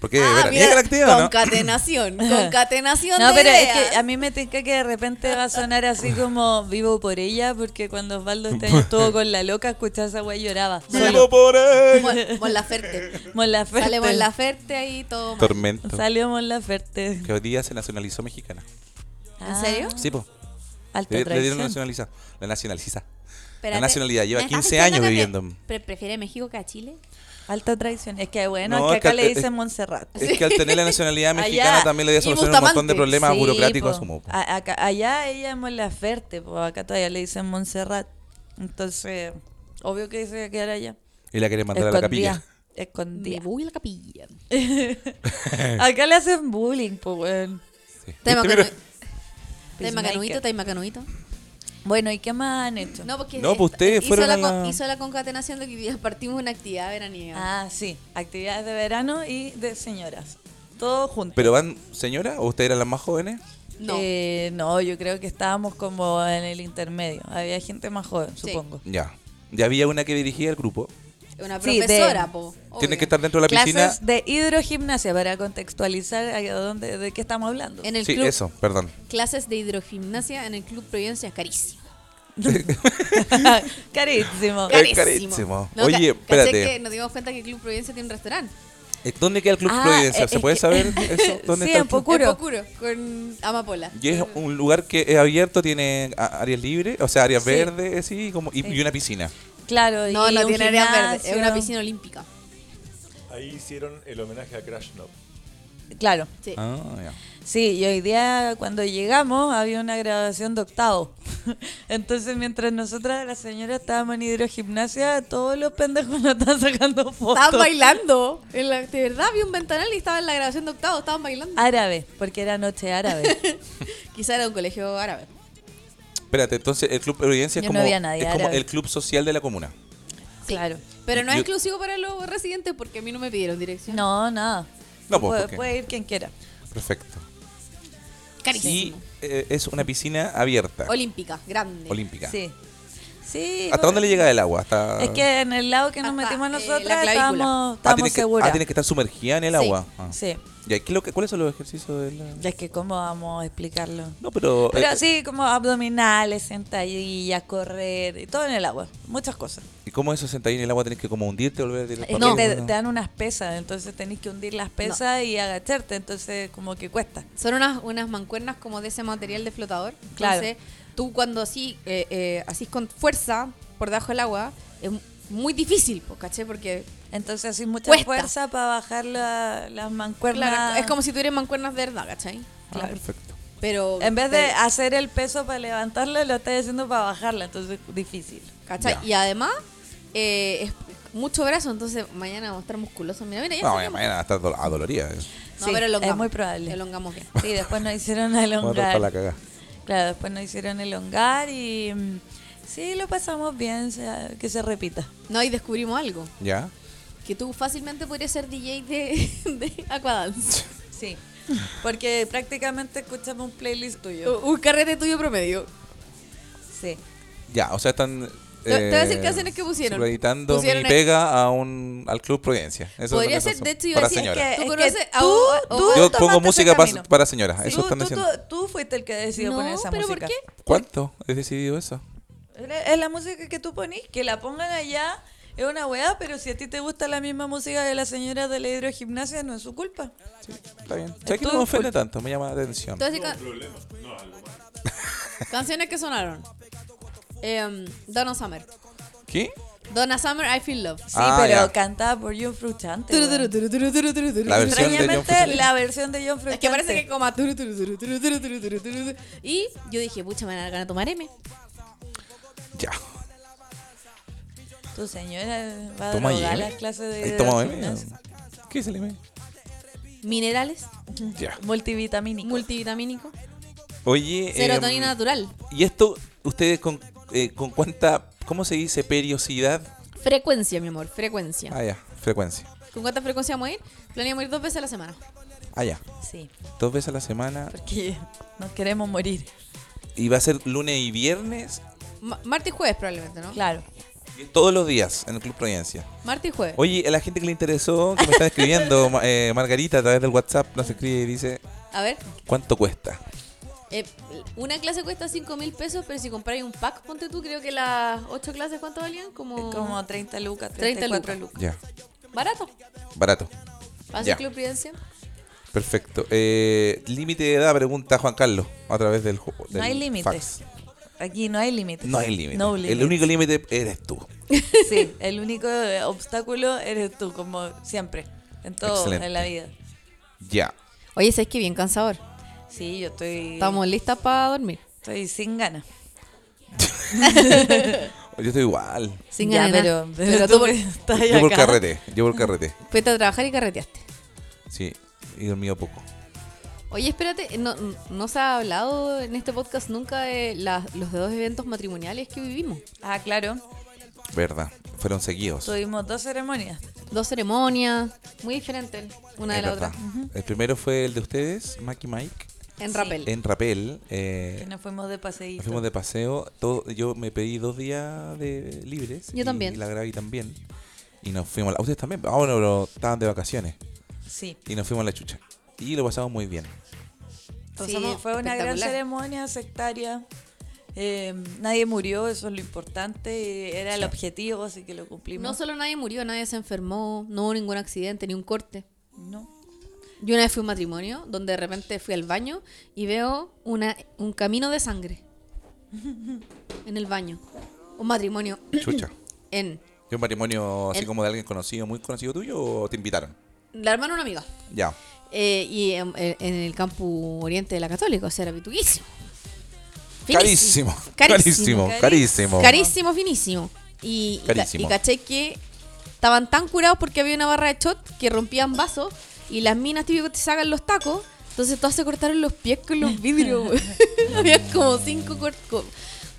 S2: Porque es
S3: Ah,
S2: veraniega
S3: mira,
S2: la actividad, ¿no?
S3: Concatenación. Concatenación
S4: <laughs> No,
S3: de
S4: pero es
S3: ideas.
S4: que a mí me tinca que de repente va a sonar así como vivo por ella, porque cuando Osvaldo este año estuvo con la loca, escuchaba esa wea y lloraba.
S2: Solo por él.
S3: Mon- Mon Laferte.
S4: Mon Laferte.
S3: Sale Mon Laferte ahí <laughs> todo. mal.
S2: Tormento.
S4: Salió Mon Laferte.
S2: Que hoy día se nacionalizó mexicana.
S4: Ah,
S3: serio?
S2: Sí, po.
S4: Alta
S2: Le, le dieron la
S4: traición.
S2: nacionaliza. La nacionaliza.
S3: Espérate,
S2: nacionalidad, lleva
S3: ¿me estás
S2: 15 años
S3: diciendo que
S2: viviendo en-
S3: pre- ¿Prefiere México que a Chile?
S4: Alta traición. Es que bueno,
S2: No, es
S4: es que
S2: que
S4: acá le
S2: es-
S4: dicen Montserrat.
S2: Es que al tener
S3: <laughs>
S2: la nacionalidad mexicana
S4: Allá.
S2: también le dio
S3: Y
S2: solución a un montón de
S3: Bustamante.
S2: problemas
S4: Sí,
S2: burocráticos,
S4: po.
S2: asumo. po.
S4: A- acá- allá ella es Laferte, po, acá todavía le dicen Montserrat. Entonces, obvio que se va a quedar allá.
S2: Y la quieren mandar a la
S4: Escondida.
S2: capilla.
S4: Escondida.
S3: Me voy a la capilla.
S2: Eh.
S4: Acá le hacen bullying, pues, weón.
S2: Sí. <laughs>
S3: Tema
S2: ¿Viste? Mira.
S3: canu- tema canuito, tema canuito.
S4: Bueno, ¿y qué más han hecho?
S3: No, porque
S2: No,
S3: esta-
S2: pues ustedes
S3: hizo
S2: fueron
S3: la,
S2: a la-
S3: con- hizo la concatenación de que hoy día partimos una actividad veraniega.
S4: Ah, sí. Actividades de verano y de señoras. Todo junto.
S2: Pero van, señora, o ustedes eran las más jóvenes.
S3: no.
S4: Eh, no, yo creo que estábamos como en el intermedio. Había gente más joven,
S3: Sí.
S4: supongo.
S2: Ya. Ya había una que dirigía el grupo.
S3: Una
S4: Sí, de-
S3: profesora, po.
S2: Tiene
S3: obvio.
S2: que estar dentro de la piscina.
S4: Clases de hidrogimnasia para contextualizar a dónde, de qué estamos hablando.
S3: En el
S2: Sí,
S3: club,
S2: eso, perdón.
S3: clases de hidrogimnasia en el Club Providencia es carísimo.
S4: <laughs> Carísimo.
S2: <laughs> Eh, carísimo. Oye,
S3: ca- caché
S2: espérate.
S3: que nos dimos cuenta que el Club Providencia tiene un restaurante.
S2: Eh, ¿Dónde queda el Club
S4: Ah,
S2: Providencia?
S4: eh,
S2: ¿Se
S4: es
S2: puede
S4: que- <laughs>
S2: saber eso? ¿Dónde
S4: Sí,
S2: está el Club?
S4: en Pocuro.
S3: En Pocuro, con Amapola.
S2: Y es un lugar que es abierto, tiene a- áreas libres, o sea, áreas
S4: Sí.
S2: verdes, así, como, y, y una piscina.
S4: Claro,
S3: No,
S4: y
S3: no
S4: un
S3: tiene área verde, es
S4: gimnasio.
S3: una piscina olímpica.
S5: Ahí hicieron el homenaje a Krasnov.
S4: Claro.
S3: Sí.
S2: Ah, ya.
S4: Sí, y hoy día cuando llegamos había una graduación de octavo. <laughs> Entonces, mientras nosotras, las señoras, estábamos en hidrogimnasia, todos los pendejos nos están sacando
S3: Estaban
S4: fotos.
S3: bailando. en la- de verdad, había un ventanal y estaba en la grabación de octavo, estaban bailando.
S4: Árabe, porque era noche
S3: <laughs>
S4: árabe.
S3: Quizá era un colegio árabe.
S2: Espérate, entonces el Club Providencia es
S4: Yo no
S2: como,
S4: vi a nadie
S2: es como
S4: árabe.
S2: el club social de la comuna.
S4: Claro.
S3: Pero no
S2: Yo-
S3: es exclusivo para los residentes porque a mí no me pidieron dirección.
S4: No, nada.
S2: No, pues,
S4: puede,
S2: porque-
S4: puede ir quien quiera.
S2: Perfecto.
S3: Carísimo.
S2: Y eh, es una piscina abierta,
S3: Olímpica, grande.
S2: olímpica.
S4: Sí. Sí.
S2: ¿Hasta dónde le llega el agua? Hasta...
S4: Es que en el lado que nos
S3: Hasta,
S4: metimos
S3: eh, la
S4: nosotras
S3: clavícula.
S4: estábamos,
S2: Ah,
S4: estábamos
S2: tiene que,
S4: seguras.
S2: ah, tiene que estar sumergida en el
S3: Sí,
S2: agua. Ah.
S4: Sí.
S2: ¿Y aquí lo que, cuáles son los ejercicios de la...
S4: Es que cómo vamos a explicarlo.
S2: No, pero...
S4: Pero
S2: eh,
S4: así como abdominales, sentadillas, correr, y todo en el agua, muchas cosas.
S2: ¿Y cómo eso sentadilla en el agua? ¿Tenés que como hundirte, volver a
S3: Eh,
S2: tirar
S4: Es
S2: para
S4: que te,
S2: arriba?
S4: te dan unas pesas, entonces tenés que hundir las pesas y agacharte, entonces como que cuesta.
S3: Son unas, unas mancuernas como de ese material de flotador.
S4: Claro.
S3: Entonces, tú cuando así, eh, eh, asís con fuerza por debajo del agua, es muy difícil, po, ¿caché? Porque
S4: Entonces así mucha
S3: Cuesta.
S4: fuerza para bajar la- las mancuernas.
S3: claro, es como si tuvieras mancuernas de verdad, ¿cachai?
S2: Ah, perfecto.
S3: Pero.
S4: En vez de
S3: pero-
S4: hacer el peso para levantarla, lo estás haciendo para bajarla, entonces es difícil.
S3: ¿Cachai?
S2: Ya.
S3: Y además, eh, es mucho brazo, entonces mañana vamos a estar musculosos. Mira, mira, ya
S2: No,
S3: salimos.
S2: mañana hasta dol- adolorida. eh.
S3: No,
S4: Sí,
S3: pero
S4: es
S3: elongamos.
S4: muy probable.
S3: Elongamos bien.
S4: Sí, después nos hicieron
S2: Vamos a romper la
S4: elongar.
S2: cagada.
S4: Claro, después nos hicieron elongar y mm, sí, lo pasamos bien, o sea, que se repita.
S3: No, y descubrimos algo.
S2: ¿Ya?
S3: Que tú fácilmente podrías ser DJ de, <laughs> de Aquadance.
S4: Sí, porque prácticamente escuchamos un playlist tuyo.
S3: Un carrete tuyo promedio.
S4: Sí.
S2: Ya, o sea, están... eh,
S3: Te- te voy a decir qué canciones que pusieron.
S2: supeditando
S3: Pusieron
S2: mi
S3: el-
S2: pega a un, al Club Providencia. Eso es lo
S3: Podría
S2: que
S3: ser,
S2: son,
S3: de hecho, iba a
S2: para
S3: decir uh,
S2: señora.
S4: que-
S3: ¿Tú
S4: es
S3: conoces a
S4: tú-
S3: o-
S4: tú
S3: o-
S2: Yo
S4: tomaste
S2: pongo
S4: ese
S2: música pa-
S4: camino.
S2: para señoras. Ah,
S3: uh,
S2: Eso
S4: Tú,
S2: están
S4: tú,
S3: eh,
S2: haciendo.
S4: tú- tú fuiste el que decidió
S3: No,
S4: poner esa
S3: pero ¿por
S4: música.
S3: qué?
S2: ¿Cuánto he decidido eso?
S4: Era- Es la música que tú ponís, que la pongan allá, es una weá, pero si a ti te gusta la misma música de la señora de la hidrogimnasia, no es su culpa.
S2: Sí, está bien. ¿Sabes que no
S4: Tú-
S2: me ofende tanto? Me llama la atención.
S3: Te voy a decir can- <laughs> Canciones que sonaron. Em, Donna Summer.
S2: ¿Qué?
S3: Donna Summer, I Feel Love.
S4: Sí,
S2: Ah,
S4: pero
S2: ya.
S4: cantada por John Frusciante.
S3: Turu,
S4: weón.
S3: turu, turu, turu, turu, turu, turu.
S2: La versión de John
S4: Extrañamente
S2: Frusciante.
S4: la versión de John
S3: Es
S4: Frusciante.
S3: que parece que coma. turu, turu, turu, turu, turu, turu, turu, turu. Y yo dije, pucha, me van a dar ganas de tomar M.
S2: Ya.
S4: Tu señora va a
S2: Toma
S4: drogar
S2: M.
S4: las clases de
S2: Ahí toma M.
S4: hidrogimnasia.
S2: ¿Qué es el M?
S3: Minerales,
S2: Ya.
S4: Multivitamínico.
S3: multivitamínico,
S2: Oye.
S3: serotonina
S2: em,
S3: natural,
S2: ¿Y esto, ustedes con, eh, con cuánta. ¿Cómo se dice? Periodicidad.
S3: frecuencia, mi amor, frecuencia.
S2: Ah, ya. Frecuencia.
S3: ¿Con cuánta frecuencia vamos a ir? Planeamos ir dos veces a la semana.
S2: Ah, ya.
S4: sí,
S2: Dos veces a la semana.
S4: porque nos queremos morir.
S2: Y va a ser lunes y viernes.
S3: Ma- martes y jueves probablemente, ¿no?
S4: Claro.
S2: y Todos los días en el Club Providencia.
S3: Martes y jueves.
S2: Oye, a la gente que le interesó, que me está
S4: <laughs>
S2: escribiendo, ma- eh, Margarita, a través del WhatsApp, nos escribe y dice:
S3: A ver,
S2: ¿Cuánto cuesta?
S3: eh, una clase cuesta 5 mil pesos, pero si compráis un pack, ponte tú, creo que las 8 clases, ¿cuánto valían?
S2: Oh.
S3: Como,
S4: Como 30 lucas,
S3: 30 lucas.
S4: 34 lucas.
S2: Ya.
S3: barato.
S2: Barato.
S3: Así
S2: Ya.
S3: Club Prudencia.
S2: Perfecto. Eh, límite de edad, pregunta Juan Carlos a través del ju- del
S4: No hay
S2: fax.
S4: límites. Aquí no hay límites.
S2: No hay límite.
S4: No
S2: el
S4: límites.
S2: único límite eres tú.
S4: <laughs> Sí, el único eh, obstáculo eres tú, como siempre. En todo,
S2: Excelente.
S4: en la vida.
S2: Ya.
S3: Oye, ¿sabes que bien cansador?
S4: Sí, yo estoy.
S3: Estamos listas para dormir.
S4: Estoy sin ganas.
S2: Yo estoy igual.
S3: Sin
S4: Ya,
S3: ganas. de nada.
S4: pero, pero, tú, que estás
S2: Yo por
S4: acá.
S2: carrete. Yo por carrete.
S3: fuiste a trabajar y carreteaste.
S2: Sí. Y dormido poco.
S3: Oye, espérate, no, no se ha hablado en este podcast nunca de la- los dos eventos matrimoniales que vivimos.
S4: Ah, claro.
S2: Verdad. Fueron seguidos.
S4: Tuvimos dos ceremonias.
S3: Dos ceremonias, muy diferentes una de
S2: Es
S3: la
S2: verdad.
S3: otra.
S2: El primero fue el de ustedes, Maki Mike,
S3: En
S4: Sí.
S3: rapel.
S2: en Rapel. eh,
S4: Que nos fuimos de paseíto.
S2: Nos fuimos de paseo. Todo, yo me pedí dos días de libres.
S3: Yo
S2: y
S3: también.
S2: la Gravi también. Y nos fuimos. A la... Ustedes también. Ah, bueno, pero estaban de vacaciones.
S4: Sí.
S2: Y nos fuimos a la chucha. Y lo pasamos muy
S3: <coughs>
S2: bien.
S4: O
S3: Sí,
S4: sea, fue- fue una gran
S3: espectacular.
S4: ceremonia sectaria. Eh, nadie murió, eso es lo importante. y Era el objetivo, así que lo cumplimos.
S3: No solo nadie murió, nadie se enfermó, no hubo ningún accidente, ni un corte.
S4: No.
S3: Yo una vez fui a un matrimonio donde de repente fui al baño y veo una, un camino de sangre en el baño. Un matrimonio
S2: Chucha.
S3: en...
S2: ¿Fue un matrimonio así
S3: El-
S2: como de alguien conocido, muy conocido tuyo o te invitaron?
S3: La hermana de una amiga.
S2: Ya.
S3: Eh, y en, en- en el campus oriente de la católica, o sea, era pituquísimo.
S2: Carísimo. Carísimo.
S4: Carísimo.
S2: Carísimo.
S3: Carísimo, finísimo. Y, y ca-
S2: Carísimo.
S3: y caché que estaban tan curados porque había una barra de shot que rompían vasos y las minas típicas te sacan los tacos. Entonces todas se cortaron los pies con los vidrios. güey. <laughs> Había como cinco cortos.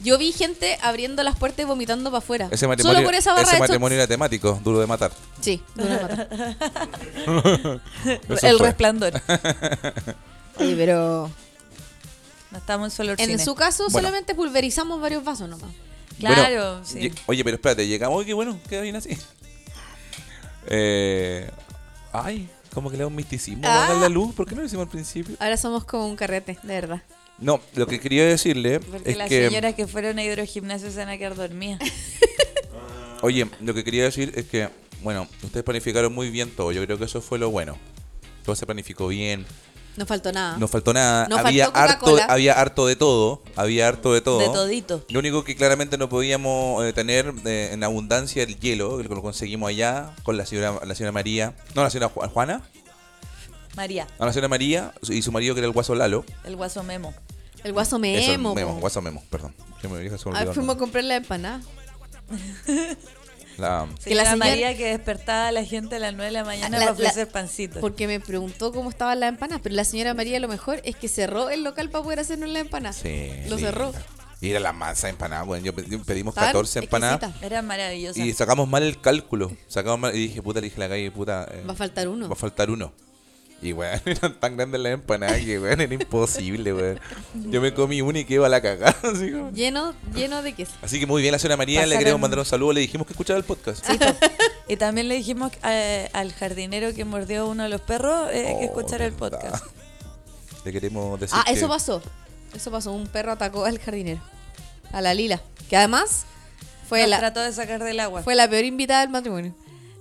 S3: Yo vi gente abriendo las puertas y vomitando para afuera.
S2: Ese matrimonio,
S3: Solo por esa barra
S2: ese
S3: de
S2: matrimonio
S3: shots.
S2: era temático, duro de
S3: <laughs>
S2: matar.
S3: Sí, de una pata.
S2: Eso
S4: el
S2: fue.
S4: resplandor.
S2: <laughs>
S3: Oye, pero
S4: No estamos en solo
S3: en
S4: cine.
S3: su caso
S2: Bueno.
S3: solamente pulverizamos varios vasos nomás.
S4: Claro,
S2: Bueno,
S4: sí.
S2: lle- Oye, pero espérate, llegamos. Oye, qué bueno, queda bien así. <laughs> Eh, ay, como que le da un misticismo
S3: Ah.
S2: a la luz. ¿Por qué no lo hicimos al principio?
S3: Ahora somos como un carrete, de verdad.
S2: No, lo que quería decirle
S4: Porque
S2: es
S4: las
S2: que.
S4: señoras que fueron a hidrogimnasio se van a quedar
S3: <laughs>
S4: dormidas.
S2: Oye, lo que quería decir es que, bueno, ustedes planificaron muy bien todo. Yo creo que eso fue lo bueno. Todo se planificó bien.
S3: No faltó nada.
S2: No faltó nada.
S3: No
S2: había,
S3: faltó
S2: harto,
S3: Coca-Cola.
S2: había harto de todo. Había harto de todo.
S4: De todito.
S2: Lo único que claramente no podíamos eh, tener eh, en abundancia el hielo, que lo conseguimos allá con la señora, la señora María. No, la señora Ju- Juana.
S4: María,
S2: No, la señora María y su marido que era el guaso Lalo.
S4: el guaso memo.
S3: El guaso me
S2: Eso,
S3: emo.
S2: Memo,
S3: po.
S2: guaso Memo, perdón. Se me- se me olvidó
S3: Ah,
S2: el
S3: fuimos a
S2: nombre.
S3: comprar la empanada.
S2: La-
S4: Que
S3: Que la
S4: la
S3: señora-
S4: María que despertaba a la gente a las 9 de la mañana
S3: Ah, la-
S4: para ofrecer
S3: la-
S4: pancito.
S3: Porque me preguntó cómo estaban las empanadas. Pero la señora María, lo mejor es que cerró el local para poder hacernos la empanada.
S2: Sí,
S3: Lo
S2: linda.
S3: cerró.
S2: Y era la masa empanada, güey. Yo pedí- pedimos
S3: Estaban
S2: 14 empanadas
S3: exquisitas.
S4: Era maravillosa.
S2: y sacamos mal el cálculo. Sacamos mal, y dije, puta, le dije a la calle, puta. eh,
S3: Va a faltar uno.
S2: Va a faltar uno. Y weón, <laughs> eran tan grandes las empanadas que weón, era imposible, weón. Yo me comí una y quedé a la cagada. <laughs> Así, como-
S3: Lleno, lleno de queso.
S2: Así que muy bien, la señora María, le
S4: Pasaron-
S2: queremos mandar un saludo. Le dijimos que escuchaba el podcast.
S4: Sí, po. y también le dijimos eh, al jardinero que mordió uno de los perros eh, que
S2: <laughs> Oh,
S4: escuchara el
S2: verdad.
S4: podcast.
S2: Le queremos decir.
S3: Ah,
S2: que-
S3: eso pasó. Eso pasó. Un perro atacó al jardinero. A la Lila. Que además fue
S4: Nos
S3: la,
S4: trató de sacar del agua.
S3: fue la peor invitada del matrimonio.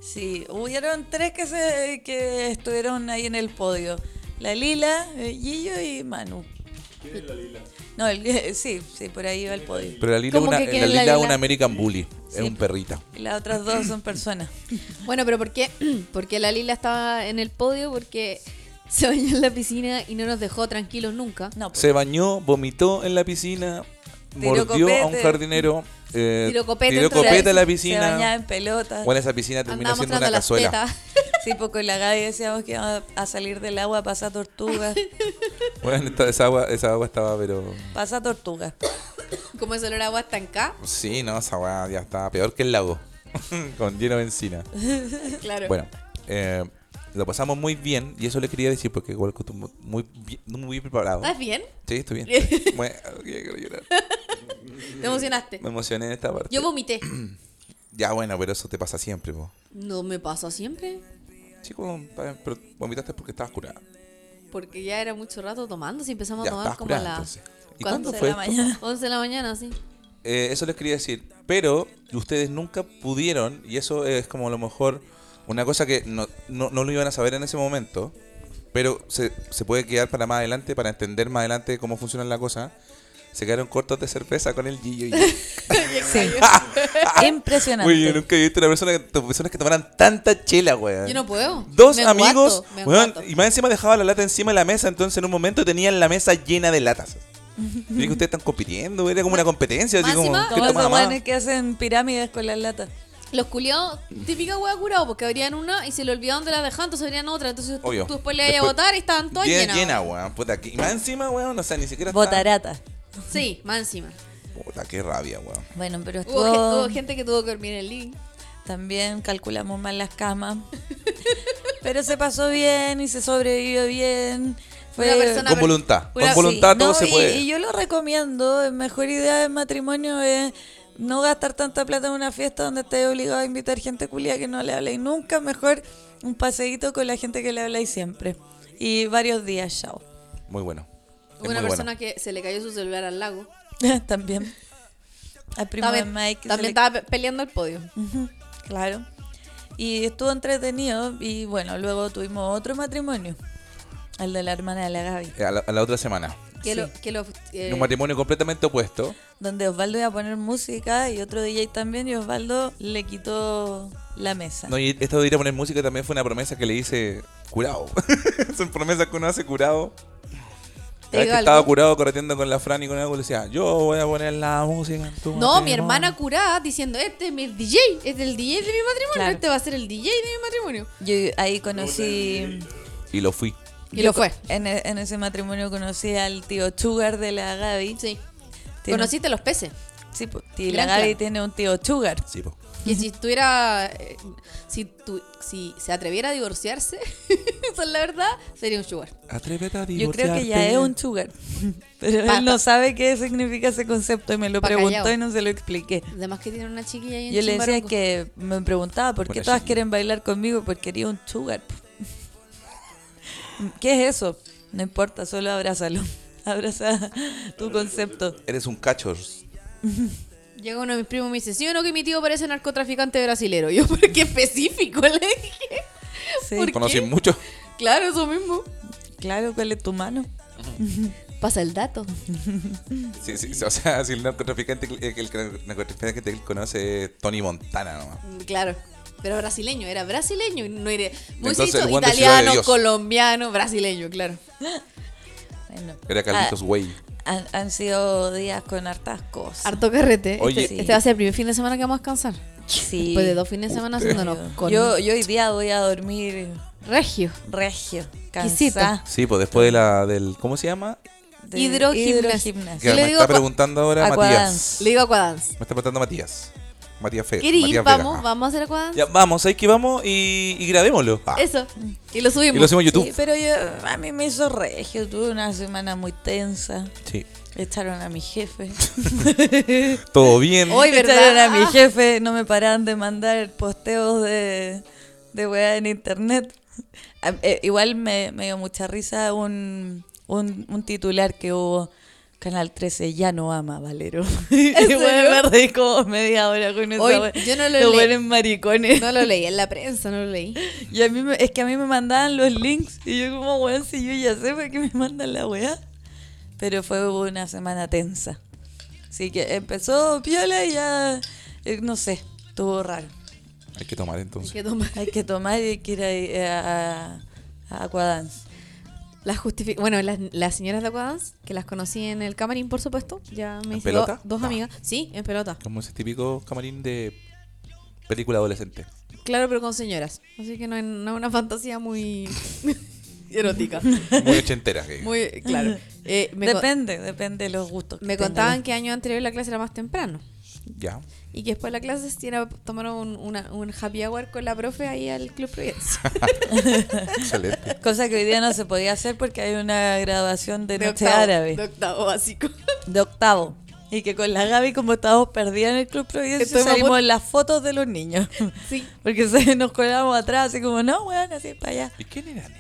S4: Sí, hubieron tres que, se, que estuvieron ahí en el podio. La Lila, eh, Gillo y Manu. ¿Quién es la Lila? No, el- eh, sí, sí, por ahí va el podio.
S2: Pero la Lila es
S3: ¿Cómo
S2: una,
S3: que
S2: la
S3: quiere la
S2: Lila es
S3: Lila?
S2: una American Bully. Es
S4: Sí.
S2: un perrita.
S4: Y las otras dos son personas.
S3: Bueno, pero ¿por qué? <clears throat> ¿Por qué la Lila estaba en el podio? Porque se bañó en la piscina y no nos dejó tranquilos nunca.
S4: No, pues,
S2: Se bañó, vomitó en la piscina,
S4: Tiró
S2: mordió a un
S4: copete.
S2: jardinero. eh,
S3: Tiró copete
S2: tiró
S3: entre-
S2: copete a la
S4: se bañaba
S2: piscina.
S4: en pelota.
S2: Bueno, esa piscina terminó
S3: Ah, Andaba
S2: siendo una
S3: mostrando las
S2: cazuela.
S3: tetas. <laughs>
S4: Sí, porque la Gaby decíamos que iba a salir del agua, pasa tortuga,
S2: <laughs> Bueno, esta- esa, agua, esa agua estaba, pero.
S4: pasa tortuga.
S3: Como ese olor a agua estancada.
S2: Sí, no, esa agua ya estaba peor que el lago. <laughs> con lleno de
S3: <laughs>
S2: encina.
S3: <laughs> Claro.
S2: Bueno, eh, lo pasamos muy bien y eso le quería decir porque igual estuvo muy bien, muy bien preparado.
S3: ¿Estás bien?
S2: Sí, estoy bien.
S3: <laughs>
S2: estoy bien. Bueno, <laughs> ok, quiero llorar.
S3: Te emocionaste.
S2: Me emocioné en esta parte.
S3: Yo vomité.
S2: Ya, bueno, pero eso te pasa siempre, po.
S3: No me pasa siempre.
S2: Chico, pero vomitaste porque estabas curada.
S3: Porque ya era mucho rato tomando. Si empezamos
S2: Ya,
S3: a tomar
S2: estabas
S3: como a
S2: curada
S3: las
S2: entonces. ¿Y cuándo
S3: ¿cuándo
S4: Once de
S2: fue
S4: la
S2: esto?
S4: mañana.
S3: 11 de la mañana, sí.
S2: Eh, eso les quería decir. Pero ustedes nunca pudieron, y eso es como a lo mejor una cosa que no, no, no lo iban a saber en ese momento, pero se, se puede quedar para más adelante, para entender más adelante cómo funciona la cosa. Se quedaron cortos de cerveza con el Gillo. Y...
S4: Sí. Impresionante.
S2: Uy, yo nunca he visto una persona que, personas que tomaran tanta chela, weón.
S3: Yo no puedo.
S2: Eh, Dos
S3: Me
S2: amigos,
S3: enguato, me
S2: weón,
S3: enguato.
S2: y más encima dejaba la lata encima de la mesa, entonces en un momento tenían la mesa llena de
S3: <laughs>
S2: latas. Y dije, ustedes están compitiendo, era como una competencia, así
S3: Más
S2: como,
S3: encima,
S2: ¿qué
S4: Como
S2: toma
S4: esos
S2: más?
S4: buenos que hacen pirámides con las latas.
S3: Los culiados, típica hueá curado, porque abrían una y se le olvidaban de la dejaban, entonces abrían otra. Entonces tú,
S2: Obvio.
S3: tú después le ibas a votar y estaban todas
S2: Llena-
S3: llenas.
S2: Llena, weón, puta, que- y más encima, weón, o sea, ni siquiera estaba-
S4: Botarata.
S3: Sí, más encima.
S2: Puta, qué rabia, weón.
S4: Bueno, pero
S3: Hubo, gen- hubo
S4: estuvo...
S3: gente que tuvo que dormir en el living.
S4: También calculamos mal las camas. <laughs> pero se pasó bien y se sobrevivió bien. Fue
S3: Una persona-
S2: Con
S3: per-
S2: voluntad,
S3: una-
S2: con voluntad todo
S4: No,
S2: se
S4: y,
S2: puede.
S4: y yo lo recomiendo. Mejor idea de matrimonio es no gastar tanta plata en una fiesta donde estés obligado a invitar gente culia que no le habléis nunca. Mejor un paseíto con la gente que le habláis siempre. Y varios días, chao. <laughs>
S2: Muy bueno. Es
S3: Hubo una
S2: muy
S3: persona
S2: bueno.
S3: que se le cayó su celular al lago.
S4: también. Al primo de
S3: También,
S4: Mike. se
S3: también
S4: le-
S3: estaba pe- peleando el podio.
S4: Ujú, Claro. Y estuvo entretenido y bueno, luego tuvimos otro matrimonio. El de la hermana de la Gaby.
S2: Eh, A la, a la otra semana.
S3: Que
S4: Sí.
S3: lo, que lo, eh,
S2: Un matrimonio completamente opuesto.
S4: Donde Osvaldo iba a poner música y otro DJ también y Osvaldo le quitó la mesa.
S2: No, y esto de ir a poner música también fue una promesa que le hice curado. <laughs> Son promesas que uno hace curado. Cada vez
S3: te digo
S2: que
S3: algo.
S2: estaba curado corriendo con la Fran y con algo, le decía, yo voy a poner la música en tu
S3: No, mi
S2: matrimonio".
S3: hermana curada diciendo, este es mi DJ, es el DJ de mi matrimonio,
S4: Claro.
S3: este va a ser el DJ de mi matrimonio.
S4: Yo ahí conocí...
S2: Y lo fui.
S3: Y lo fue.
S4: En, e- en ese matrimonio conocí al tío Sugar de la Gaby.
S3: Sí.
S4: Tiene-
S3: Conociste los peces.
S4: Sí, po, y la
S3: Gran
S4: Gaby
S3: clan.
S4: tiene un tío Sugar.
S2: Sí, po.
S3: Que si estuviera, eh, si, tu- si se atreviera a divorciarse, <laughs> esa es la verdad, sería un sugar.
S2: Atrévete a
S4: Yo creo que ya
S2: divorciarte.
S4: es un Sugar. <laughs> Pero
S3: Pa-
S4: él no sabe qué significa ese concepto y me lo
S3: Pa'
S4: preguntó
S3: callao.
S4: y no se lo expliqué.
S3: Además que tiene una chiquilla ahí en
S4: Yo le decía
S3: Chimbarongo.
S4: que me preguntaba por qué
S2: Buena
S4: todas
S2: chiquilla.
S4: quieren bailar conmigo porque quería un sugar. <laughs> ¿Qué es eso? No importa, solo abrázalo. <laughs> Abraza tu concepto.
S2: Eres un cachos.
S3: Llega uno de mis primos y me dice, sí o no que mi tío parece narcotraficante brasilero. <laughs> Yo, ¿por qué específico? <laughs> Le dije,
S4: Sí,
S3: ¿Por qué?
S2: Conocí mucho. <laughs>
S3: claro, eso mismo.
S4: claro, ¿cuál es tu mano?
S3: Pasa el dato.
S2: Sí, sí, sí, o sea, si el narcotraficante, el, el narcotraficante que él conoce es Tony Montana nomás.
S3: Mm, Claro. Pero brasileño, era brasileño. No era, muy
S2: Entonces,
S3: sisto,
S2: el Juan de Ciudad de
S3: italiano,
S2: Dios.
S3: colombiano, brasileño, claro.
S4: Bueno,
S2: Era Carlitos
S4: ah,
S2: Way.
S4: han, han sido días con hartas cosas.
S3: Harto carrete.
S2: Oye.
S3: este, este va a ser el primer fin de semana que vamos a descansar. <laughs>
S4: Sí.
S3: Después Pues de dos fines de semana haciéndonos con
S4: yo, yo hoy día voy a dormir
S3: regio.
S4: regio,
S3: Exquisito.
S4: cansada.
S2: Sí, pues después de la del. ¿Cómo se llama?
S4: de
S3: Hidrogimnasia.
S4: hidrogimnasia.
S2: Que
S3: le
S2: me
S3: digo
S2: está
S3: cua-
S2: preguntando ahora Matías.
S4: Aquadance.
S3: Le digo Aquadance.
S2: Me está preguntando Matías. Matías Fe.
S3: ¿Queréis ir?
S2: Eh, Matías
S3: Vamos,
S2: Vega.
S3: vamos a hacer Aquadance.
S2: Ya, vamos, ahí que vamos y, y grabémoslo. Ah,
S3: Eso. Y lo
S2: y
S3: subimos.
S2: lo hacemos en YouTube.
S4: Sí, pero yo, a mí me hizo regio, tuve una semana muy tensa.
S2: Sí.
S4: Echaron a mi <laughs> jefe.
S2: Todo bien.
S3: Hoy,
S4: Echaron
S3: ¿verdad? Ah.
S4: a mi jefe, no me paraban de mandar posteos de, de weá en internet. A- eh, igual me, me dio mucha risa un, un, un titular que hubo. Canal 13 ya no ama a Valero. <laughs> Y
S3: serio?
S4: bueno, me reí como media hora con esa
S3: Hoy,
S4: weá.
S3: yo no lo
S4: Los
S3: leí.
S4: buenos maricones.
S3: <laughs> No lo leí en la prensa, no lo leí.
S4: Y a mí me- es que a mí me mandaban los links y yo como, weón, si yo ya sé para qué me mandan la weá. Pero fue una semana tensa. Así que empezó piola y ya, eh, no sé, estuvo raro.
S2: Hay que tomar
S3: Hay
S2: entonces.
S3: que tomar
S4: Hay que tomar y hay que ir a, eh, a, a Aquadance.
S3: las justifi- Bueno, las, las señoras de Aquadance, que las conocí en el camarín, por supuesto. Ya me
S2: ¿En
S3: hice
S2: pelota?
S3: do- dos
S2: No.
S3: amigas. Sí, en pelota.
S2: Como ese típico camarín de película adolescente.
S3: Claro, pero con señoras. Así que no es no es una fantasía muy <laughs> erótica.
S2: Muy ochentera. que-
S3: Muy, claro. Eh, me, co-
S4: Depende, depende de los gustos. que
S3: me
S4: tenga.
S3: contaban que año anterior la clase era más temprano.
S2: Ya.
S3: Y que después de la clase se iban a tomar un, una- un happy hour con la profe ahí al Club Providencia.
S2: Excelente.
S4: Cosa que hoy día no se podía hacer porque hay una graduación de, noche
S3: octavo-
S4: árabe,
S3: <laughs> De
S4: de,
S3: octavo básico.
S4: octavo. Y que con la Gaby, como estábamos perdidas en el Club Providencia,
S3: Estuvimos a
S4: salimos
S3: punto-
S4: en las fotos de los niños.
S3: <laughs> Sí.
S4: Porque se <laughs> nos colamos atrás, así como, no, weón, así para allá.
S2: ¿Y quién era ella?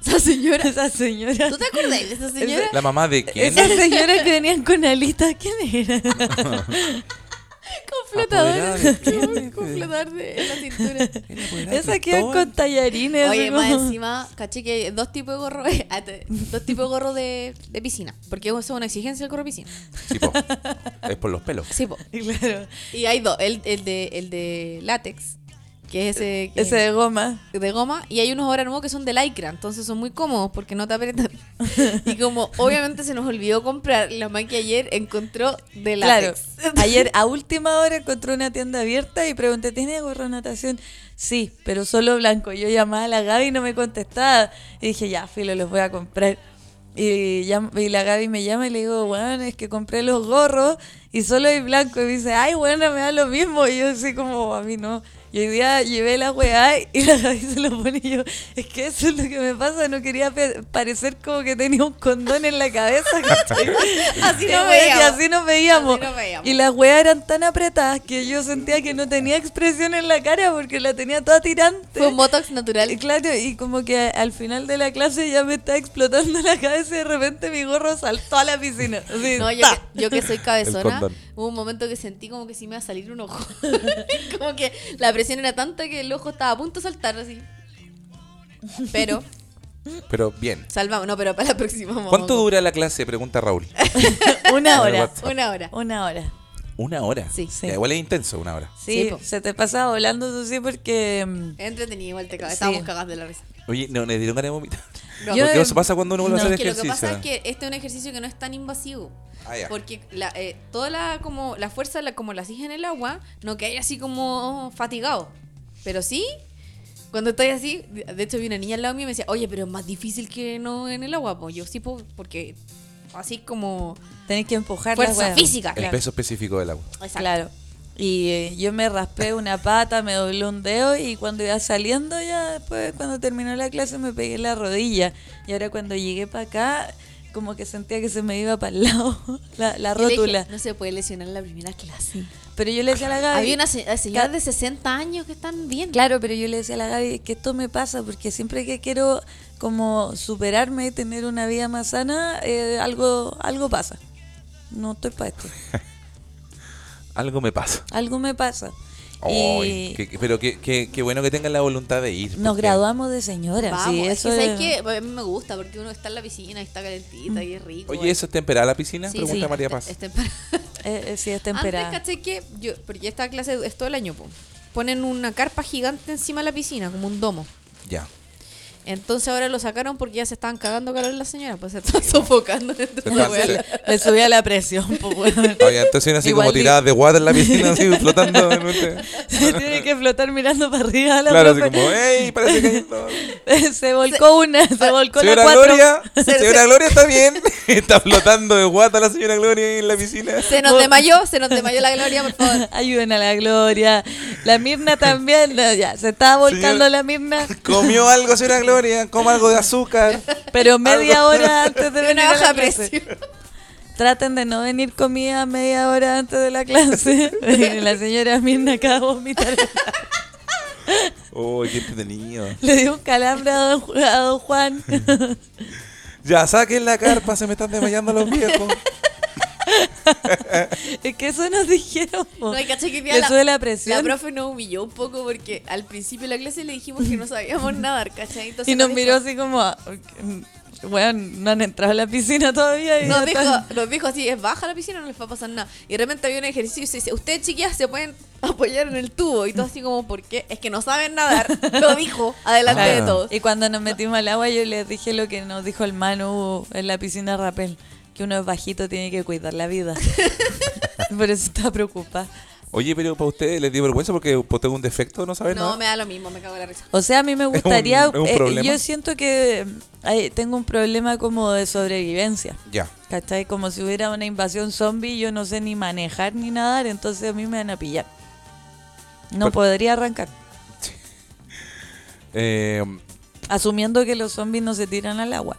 S4: Esa señora. Esa señora.
S3: ¿Tú te acordás de esa señora?
S2: ¿La mamá de quién?
S4: Esa señora que venían con alitas, ¿quién era?
S3: Con flotadores.
S2: Apoderada
S3: <laughs>
S2: de clientes.
S3: Con flotador de en la cintura.
S2: Era por ahí,
S4: Esa que iban
S2: Cristóbal.
S4: con tallarines.
S3: Oye,
S4: así
S3: más
S4: como-
S3: encima, caché que hay dos tipos de gorro, <laughs> ah, te- dos tipos de gorro de, de piscina. Porque eso es una exigencia el gorro de piscina.
S2: Sí, po. Es por los pelos.
S3: Sí, po.
S4: <laughs> Claro.
S3: Y hay dos, el, el de, el de látex, que es ese, que-
S4: Ese de goma.
S3: de goma, y hay unos ahora nuevos que son de lycra, entonces son muy cómodos porque no te apretan. Y como obviamente se nos olvidó comprar, la Maki ayer encontró de
S4: Claro.
S3: látex.
S4: <laughs> Ayer a última hora encontré una tienda abierta y pregunté, ¿tiene gorro de natación? Sí, pero solo blanco. Yo llamaba a la Gaby y no me contestaba. Y dije, ya, filo, los voy a comprar. Y, llam- y la Gaby me llama y le digo, bueno, es que compré los gorros y solo hay blanco. Y me dice, ay, bueno, me da lo mismo. Y yo así como, "Oh, a mí no. Y hoy día llevé la weá y la Javi se lo pone y yo, es que eso es lo que me pasa, no quería pe- parecer como que tenía un condón en la cabeza, <laughs> ¿cachai?
S3: <laughs>
S4: <laughs>
S3: Así
S4: Y
S3: nos
S4: weá, y
S3: veíamos.
S4: así nos veíamos.
S3: Así nos veíamos.
S4: Y las weas eran tan apretadas que yo sentía que no tenía expresión en la cara porque la tenía toda tirante.
S3: Fue un botox
S4: Y
S3: natural.
S4: claro, y como que al final de la clase ya me está explotando la cabeza y de repente mi gorro saltó a la piscina. Así,
S3: No, yo,
S4: ¡ta!
S3: que, yo que soy
S2: El
S3: cabezona,
S2: condón.
S3: hubo un momento que sentí como que si me iba a salir un ojo. <laughs> como que la presión era tanta que el ojo estaba a punto de saltar así. Pero,
S2: Pero bien.
S3: salvamos. No, pero para la próxima. vamos.
S2: ¿Cuánto dura la clase? Pregunta
S3: <laughs>
S2: Raúl.
S4: <laughs> Una hora.
S3: Una hora.
S4: Una hora.
S2: ¿Una hora?
S3: Sí.
S4: Sí.
S2: Ya, igual es intenso, una hora.
S4: Sí,
S3: Sí, po.
S4: se te pasa volando eso sí porque... mm,
S3: Entretenido igual te cagas.
S4: Sí.
S3: Estábamos cagadas de la risa.
S2: Oye, no, me dieron ganas de
S3: <laughs>
S2: vomitar.
S3: No.
S4: Yo-
S2: Porque eso pasa cuando uno vuelve
S4: No.
S2: a hacer
S3: Es que lo que
S2: ejercicio.
S3: pasa es que este es un ejercicio que no es tan invasivo.
S2: Ah, ya.
S3: Porque la, eh, toda la, como, la fuerza, la, como la hacís en el agua, no que así como fatigado. Pero sí, cuando estoy así, de de hecho vi una niña al lado mío y me decía, oye, pero es más difícil que no en el agua. Pues yo sí, puedo, porque así como
S4: Tenés que empujar las
S3: fuerza
S4: weas.
S3: física.
S2: El
S3: Claro.
S2: peso específico del agua.
S3: Exacto.
S4: Claro. Y eh, yo me raspé una pata, me doblé un dedo y cuando iba saliendo ya después, cuando terminó la clase, me pegué la rodilla. Y ahora cuando llegué para acá, como que sentía que se me iba para el lado <laughs> la, la
S3: Y le dije,
S4: rótula.
S3: no se puede lesionar en la primera clase.
S4: Pero yo le decía a la Gaby...
S3: Había una se- señora
S4: Ca-
S3: de 60 años que están bien.
S4: Claro, pero yo le decía a la Gaby que esto me pasa porque siempre que quiero como superarme y tener una vida más sana, eh, algo, algo pasa. No estoy para esto.
S2: Algo me pasa.
S4: Algo me pasa.
S2: Ay,
S4: y
S2: qué- qué- pero qué, qué- qué bueno que tengan la voluntad de ir.
S4: nos
S2: porque-
S4: graduamos de señora.
S3: Vamos,
S4: sí,
S3: es
S4: eso
S3: que,
S4: es-
S3: ¿sabes qué? A mí me gusta porque uno está en la piscina y está calentita y es rico.
S2: Oye,
S3: eh.
S2: ¿eso es temperada la piscina?
S3: Sí,
S2: Pregunta
S3: sí,
S2: María
S3: este-
S2: Paz.
S4: <laughs>
S3: este para-
S4: Eh, eh, sí, es temperada.
S3: Antes caché que yo, porque esta clase es todo el año, po. ponen una carpa gigante encima de la piscina, como un domo.
S2: Ya.
S3: Entonces ahora lo sacaron porque ya se estaban cagando calor las señoras, pues se estaban sofocando dentro de la
S2: Entonces- eh,
S3: hueá.
S4: <laughs> Le subía la
S3: <laughs>
S4: presión, pues weón.
S2: Oye, Ah,
S4: <laughs>
S2: entonces viene así como
S4: Igual
S2: tiradas de water en la piscina, así flotando. de
S3: <laughs>
S2: repente.
S4: Tiene que flotar mirando para arriba a la
S2: claro, así
S4: profe.
S2: como, ¡ey! Parece que
S3: <laughs>
S2: hay todo.
S4: <laughs> Se volcó una, se volcó la
S2: Señora
S4: cuatro. <laughs>
S3: <laughs>
S2: Gloria, señora Gloria está bien. <laughs> está flotando de guata la señora Gloria en la piscina.
S3: Se
S4: Oh.
S3: nos desmayó, se nos desmayó la gloria, por
S4: <laughs>
S3: favor.
S4: Ayuden a la Gloria. La Mirna también, no, ya, se estaba volcando
S2: Señora-
S4: la Mirna,
S2: Comió algo, señora Gloria, coma algo de
S3: <laughs>
S2: azúcar.
S4: pero media hora antes de
S3: Una
S4: venir a
S3: baja
S4: la clase.
S3: presión.
S4: <laughs> Traten de no venir comida media hora antes de la clase. <laughs> la señora Mirna acaba de vomitar.
S2: Uy, qué entretenido.
S4: Le dio un calambre a don, Ju- a don
S3: <laughs>
S4: Juan.
S2: Ya, saquen la carpa, se me están desmayando los viejos.
S4: es que eso nos dijeron. po.
S3: No, y caché que hoy día
S4: Le sube la presión.
S3: La profe nos humilló un poco porque al principio de la clase le dijimos que no sabíamos nadar, ¿cachai? Entonces
S4: y nos
S3: dijo-
S4: miró así como, ah, bueno, no han entrado a la piscina todavía. Y
S3: Nos
S4: ya
S3: dijo,
S4: están-
S3: nos dijo así, es baja la piscina, no les va a pasar nada. Y de repente había un ejercicio y se dice, ustedes chiquillas se pueden apoyar en el tubo. Y todo así como, ¿por qué? Es que no
S4: <laughs>
S3: saben nadar. Lo dijo, adelante
S2: Claro.
S3: de todos.
S4: Y cuando nos metimos al agua, yo les dije lo que nos dijo el Manu en la piscina Rapel: que uno es bajito, tiene que cuidar la
S3: <laughs>
S4: vida. Por eso estaba preocupada.
S2: Oye, pero para ustedes les dio vergüenza porque usted es un defecto, no saben
S3: No,
S2: nada.
S3: me da lo mismo, me cago en la risa.
S4: O sea, a mí me gustaría.
S2: es un
S4: eh,
S2: problema.
S4: yo siento que eh, tengo un problema como de sobrevivencia.
S2: Ya.
S4: ¿Cachai? Como si hubiera una invasión zombie, yo no sé ni manejar ni nadar, entonces a mí me van a pillar. No
S2: Pero-
S4: podría arrancar.
S2: Eh,
S4: Asumiendo que los zombies no se tiran al agua.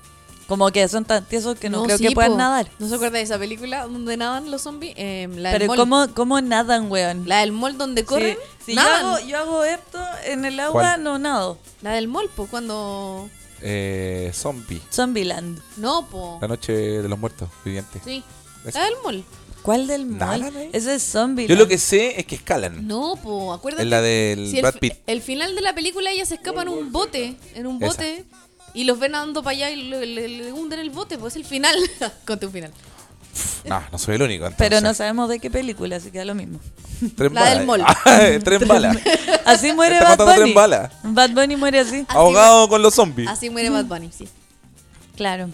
S4: Como que son tan tiesos que no, creo
S3: sí,
S4: que puedan
S3: po.
S4: nadar.
S3: ¿No se acuerda de esa película donde nadan los zombies? Eh, la, del
S4: Pero
S3: mall,
S4: ¿cómo, ¿cómo nadan, weón?
S3: la del mall donde corren.
S4: Sí, Si yo
S3: nadan.
S4: hago, yo hago esto en el agua,
S2: ¿Cuál?
S4: no nado.
S3: La del mall, pues cuando...
S2: eh, zombie,
S4: Zombieland.
S3: No, pues.
S2: la noche de los muertos vivientes.
S3: Sí.
S2: Es-
S3: La del mall.
S4: ¿Cuál del
S2: Nadan
S4: mal?
S2: ahí.
S4: Ese es Zombieland.
S2: Yo lo que sé es que
S4: Mm.
S2: escalan.
S3: No, pues, acuérdate.
S2: es la del
S3: Sí, el,
S2: Brad
S3: fi- <laughs>
S2: Pitt.
S3: el final de la película ella se escapa en un bote, en un
S2: Esa.
S3: bote, y los ven andando para allá y le, le- le hunden el bote, pues el final. <laughs> Conté un final.
S2: No, no soy el único. entonces.
S4: Pero no sabemos de qué película, así que da lo
S2: <laughs>
S4: mismo.
S2: Tren
S3: La
S2: bala.
S3: del
S2: <laughs>
S3: mall.
S2: Ah, tren bala. <laughs>
S4: Así muere
S2: Está
S4: Bad
S2: matando
S4: Bunny.
S2: tren bala.
S4: Bad Bunny muere así.
S3: Ah.
S2: Ahogado con los zombies.
S3: Así muere Bad Bunny, sí.
S4: Claro.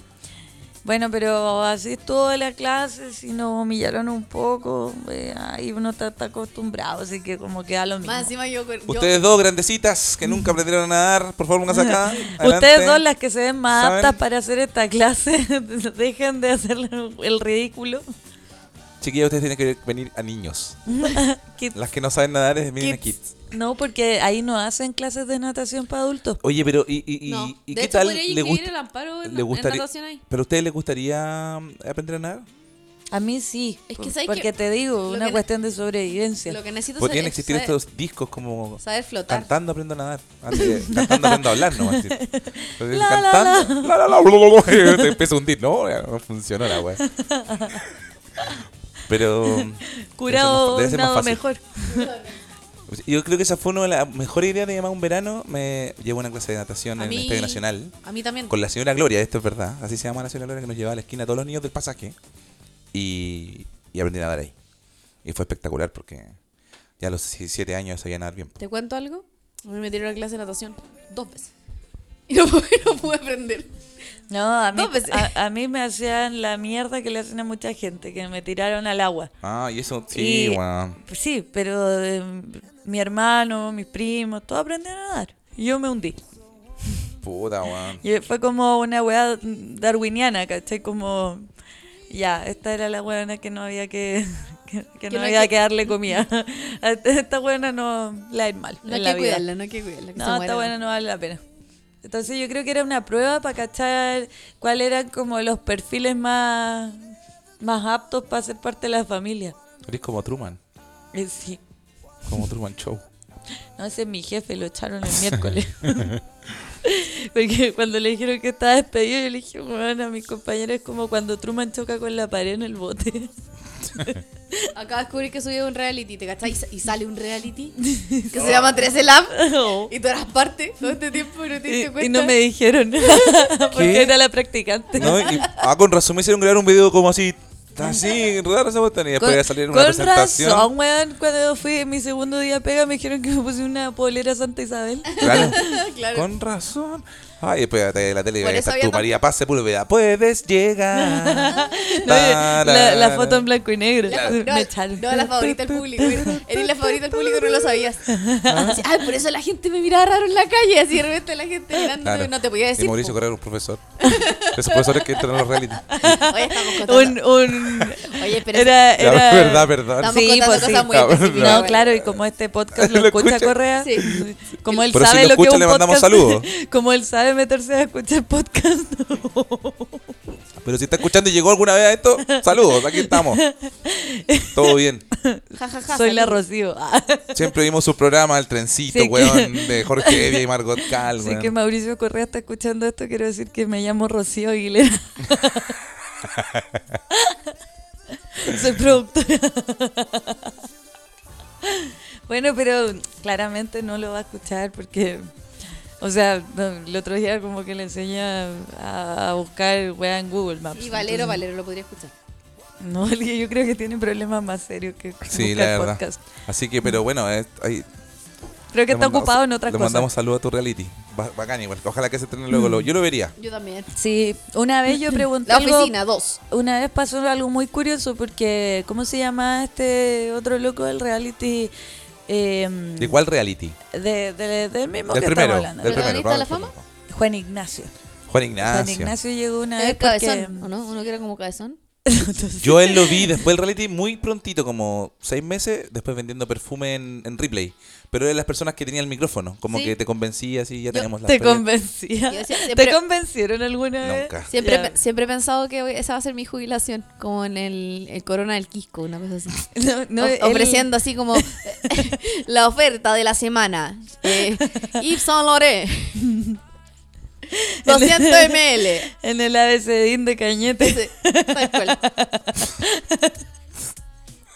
S4: Bueno, pero así estuvo la clase, si nos humillaron un poco, eh, ahí uno está, está acostumbrado, así que como queda lo mismo.
S3: Más encima yo, yo-
S2: Ustedes dos grandecitas que nunca aprendieron a nadar, por favor, pónganse
S3: <laughs>
S2: acá.
S4: Ustedes
S2: adelante.
S4: son las que se ven más
S2: ¿Saben?
S4: <laughs> aptas para hacer esta clase, dejen de hacer el ridículo.
S2: Chiquilla, ustedes tienen que venir a
S3: <laughs>
S2: niños.
S4: Kids.
S2: Las que no saben nadar es miren a kids.
S4: No, porque ahí no hacen clases de natación para adultos.
S2: Oye, pero ¿y, y, y-
S3: No.
S2: ¿y
S3: De
S2: qué
S3: hecho,
S2: tal?
S3: podría
S2: ¿Le
S3: inscribir
S2: gusta-
S3: el amparo en-
S2: le
S3: en
S2: gustaría-
S3: natación ahí.
S2: ¿Pero a ustedes les gustaría mm, aprender a nadar?
S4: A mí sí.
S3: Es que
S4: por-
S3: ¿sabes
S4: porque
S3: qué?
S4: te digo,
S3: Lo
S4: una
S3: que-
S4: cuestión de sobrevivencia.
S3: Lo que necesito
S2: Podrían
S3: es
S2: Pues existir
S3: saber-
S2: estos discos como
S3: saber flotar.
S2: Cantando aprendo a nadar. Antes de- cantando aprendo a hablar nomás.
S3: <laughs>
S2: sí. Entonces,
S4: La, la,
S2: cantando. La, la, la, bla, bla, bla, y te empieza a hundir. No, ya no funcionó la wea. Pero. mm,
S4: Curado
S2: debe ser más
S4: nado
S2: fa- debe ser más fácil.
S4: mejor.
S2: Yo creo que esa fue una de las mejores ideas de llamar un verano. Me llevo una clase de natación
S3: A
S2: en el
S3: mí-
S2: Estadio Nacional
S3: A mí también.
S2: con la señora Gloria, esto es verdad. Así se llama la señora Gloria que nos llevaba a la esquina a todos los niños del pasaje. Y, y aprendí a nadar ahí. Y fue espectacular porque ya a los 17 años sabía nadar bien.
S3: ¿Te cuento algo? A mí me tiró la clase de natación dos veces. <laughs> Y no pude, no pude aprender.
S4: No, a mí,
S3: No, pues-
S4: a, a mí me hacían la mierda que le hacen a mucha gente, que me tiraron al agua.
S2: Ah, y eso, sí,
S4: Y-
S2: weón.
S4: pues sí, pero eh, mi hermano, mis primos, todos aprendieron a nadar. Y yo me hundí.
S2: Puta, weón.
S4: Y fue como una weá darwiniana, ¿cachai? Como, ya, esta era la weona que no había que, <laughs> que, que
S3: Que
S4: no
S3: no hay
S4: había que...
S3: que-
S4: darle comida. <laughs> A esta- esta weona no la hay mal.
S3: No
S4: en
S3: hay
S4: la
S3: que
S4: vida.
S3: cuidarla, no hay que cuidarla. que se
S4: No,
S3: muera.
S4: esta buena no vale la pena. Entonces yo creo que era una prueba para cachar cuál eran como los perfiles más, más aptos para ser parte de la familia.
S2: Eres como Truman.
S4: Eh, Sí.
S2: Como Truman Show.
S4: No, ese es mi jefe, lo echaron el miércoles. <laughs> Porque cuando le dijeron que estaba despedido, yo le dije, bueno, a mis compañeros es como cuando Truman choca con la pared en el bote. <laughs>
S3: Acabo de descubrir que subí un reality, ¿te cachai? Y sa- Y sale
S4: <laughs>
S3: un reality que se llama 13 Lab.
S4: No.
S3: Y tú eras parte todo este tiempo y no te
S4: Oh. Y,
S3: diste cuenta.
S4: y no me dijeron, <laughs> porque era la practicante.
S2: No, y- ah, con razón me hicieron grabar un video como así. Así, raro esa botana. Y después iba a salir en una
S4: con
S2: presentación.
S4: razón, weón, cuando fui mi segundo día pega me dijeron que me puse una polera Santa Isabel. <laughs>
S2: Claro.
S3: Claro.
S2: Con razón. Ay, espérate, de la tele
S3: Por
S2: ahí
S3: eso
S2: está
S3: había
S2: tu
S3: tanto-
S2: María Paz Sepúlveda. Puedes llegar.
S4: No, la, la foto en blanco y negro.
S3: No,
S4: <laughs> Me echaron.
S3: no, la favorita del público. era- Eres la favorita del público, no lo sabías.
S4: Ah.
S3: Así, Ay, por eso la gente me miraba raro en la calle. Así de repente la gente mirando,
S2: Claro.
S3: no te podía decir.
S2: Y Mauricio
S3: po.
S2: Correa era un profesor. <laughs> Esos profesores que entran a los
S4: <laughs>
S2: reality.
S3: Oye, estamos contando.
S4: Un, un,
S3: <laughs> Oye, pero
S4: era,
S2: La <laughs>
S4: era-
S2: verdad, perdón.
S3: estamos
S4: Sí,
S3: contando
S4: pues sí.
S3: cosas muy
S2: No,
S3: específicas.
S4: No,
S3: bueno.
S4: claro, y como este podcast lo,
S2: Lo
S4: escucha,
S2: escucha.
S4: Correa,
S3: Sí.
S4: como él
S2: Pero si
S4: sabe
S2: lo
S4: lo, que es
S2: escucha,
S4: un
S2: le mandamos
S4: podcast,
S2: saludos.
S4: <laughs> como él sabe meterse a escuchar podcast, no.
S2: Pero si está escuchando y llegó alguna vez a esto, saludos, aquí
S4: <laughs>
S2: estamos. Todo bien.
S3: Ja, ja, ja,
S4: soy la
S3: salud.
S4: Rocío. <laughs>
S2: Siempre vimos sus programas, El Trencito,
S4: Sí, que-
S2: weón, de Jorge Evia y Margot Cal,
S4: Así
S2: weón.
S4: que Mauricio Correa está escuchando esto, quiero decir que me llamo Rocío Aguilera.
S2: <laughs>
S4: Soy productora. bueno, pero claramente no lo va a escuchar porque, o sea, no, el otro día como que le enseña a, a buscar weá en Google Maps.
S3: Y Valero,
S4: Entonces,
S3: Valero lo podría escuchar.
S4: No, <laughs> el- yo creo que tiene problemas más serios que
S2: Sí, la
S4: buscar
S2: verdad.
S4: podcast.
S2: Así que, pero bueno, es- ahí-
S4: Creo que
S2: le
S4: está
S2: mandamos-
S4: ocupado en otras
S2: Le
S4: cosas. Mm.
S2: mandamos saludos a tu reality. Ba- Bacán, igual. Ojalá que se estrene luego. lo- Yo lo vería.
S3: Yo también.
S4: Sí, una vez yo pregunté
S3: La
S4: algo-
S3: oficina, dos.
S4: Una vez pasó algo muy curioso porque, ¿cómo se llama este otro loco del reality? Em,
S2: ¿De cuál reality?
S4: de- de- del mismo
S2: Del
S4: que
S2: primero.
S4: estamos hablando.
S2: Del primero.
S3: ¿Protagonista de la
S2: Pablo.
S4: Juan Ignacio.
S2: Juan
S4: Juan
S2: Ignacio.
S4: Ignacio llegó una vez
S3: El
S4: porque...
S3: Eh,
S4: em,
S3: cabezón, ¿o no? Uno que era como cabezón.
S4: Entonces,
S2: Yo él lo
S4: <laughs>
S2: vi después del reality muy prontito, como seis meses, después vendiendo perfume en, en replay. Pero era de las personas que tenía el micrófono, como
S3: Sí.
S2: que te convencía así, ya tenemos la
S4: te
S2: feria.
S4: convencía.
S3: Yo decía,
S4: ¿Te
S3: siempre-
S4: convencieron alguna vez?
S2: Nunca.
S3: Siempre,
S4: Ya.
S3: pe- siempre he pensado que voy- esa va a ser mi jubilación, como en el, el corona del Quisco, una cosa así.
S4: <laughs> No, no,
S3: O-
S4: él-
S3: ofreciendo así
S4: <laughs>
S3: como la oferta de la semana. Eh, Yves Saint Laurent. 200 ml.
S4: En el ABCDIN de Cañete.
S3: Sí,
S4: <laughs>
S3: tal cual.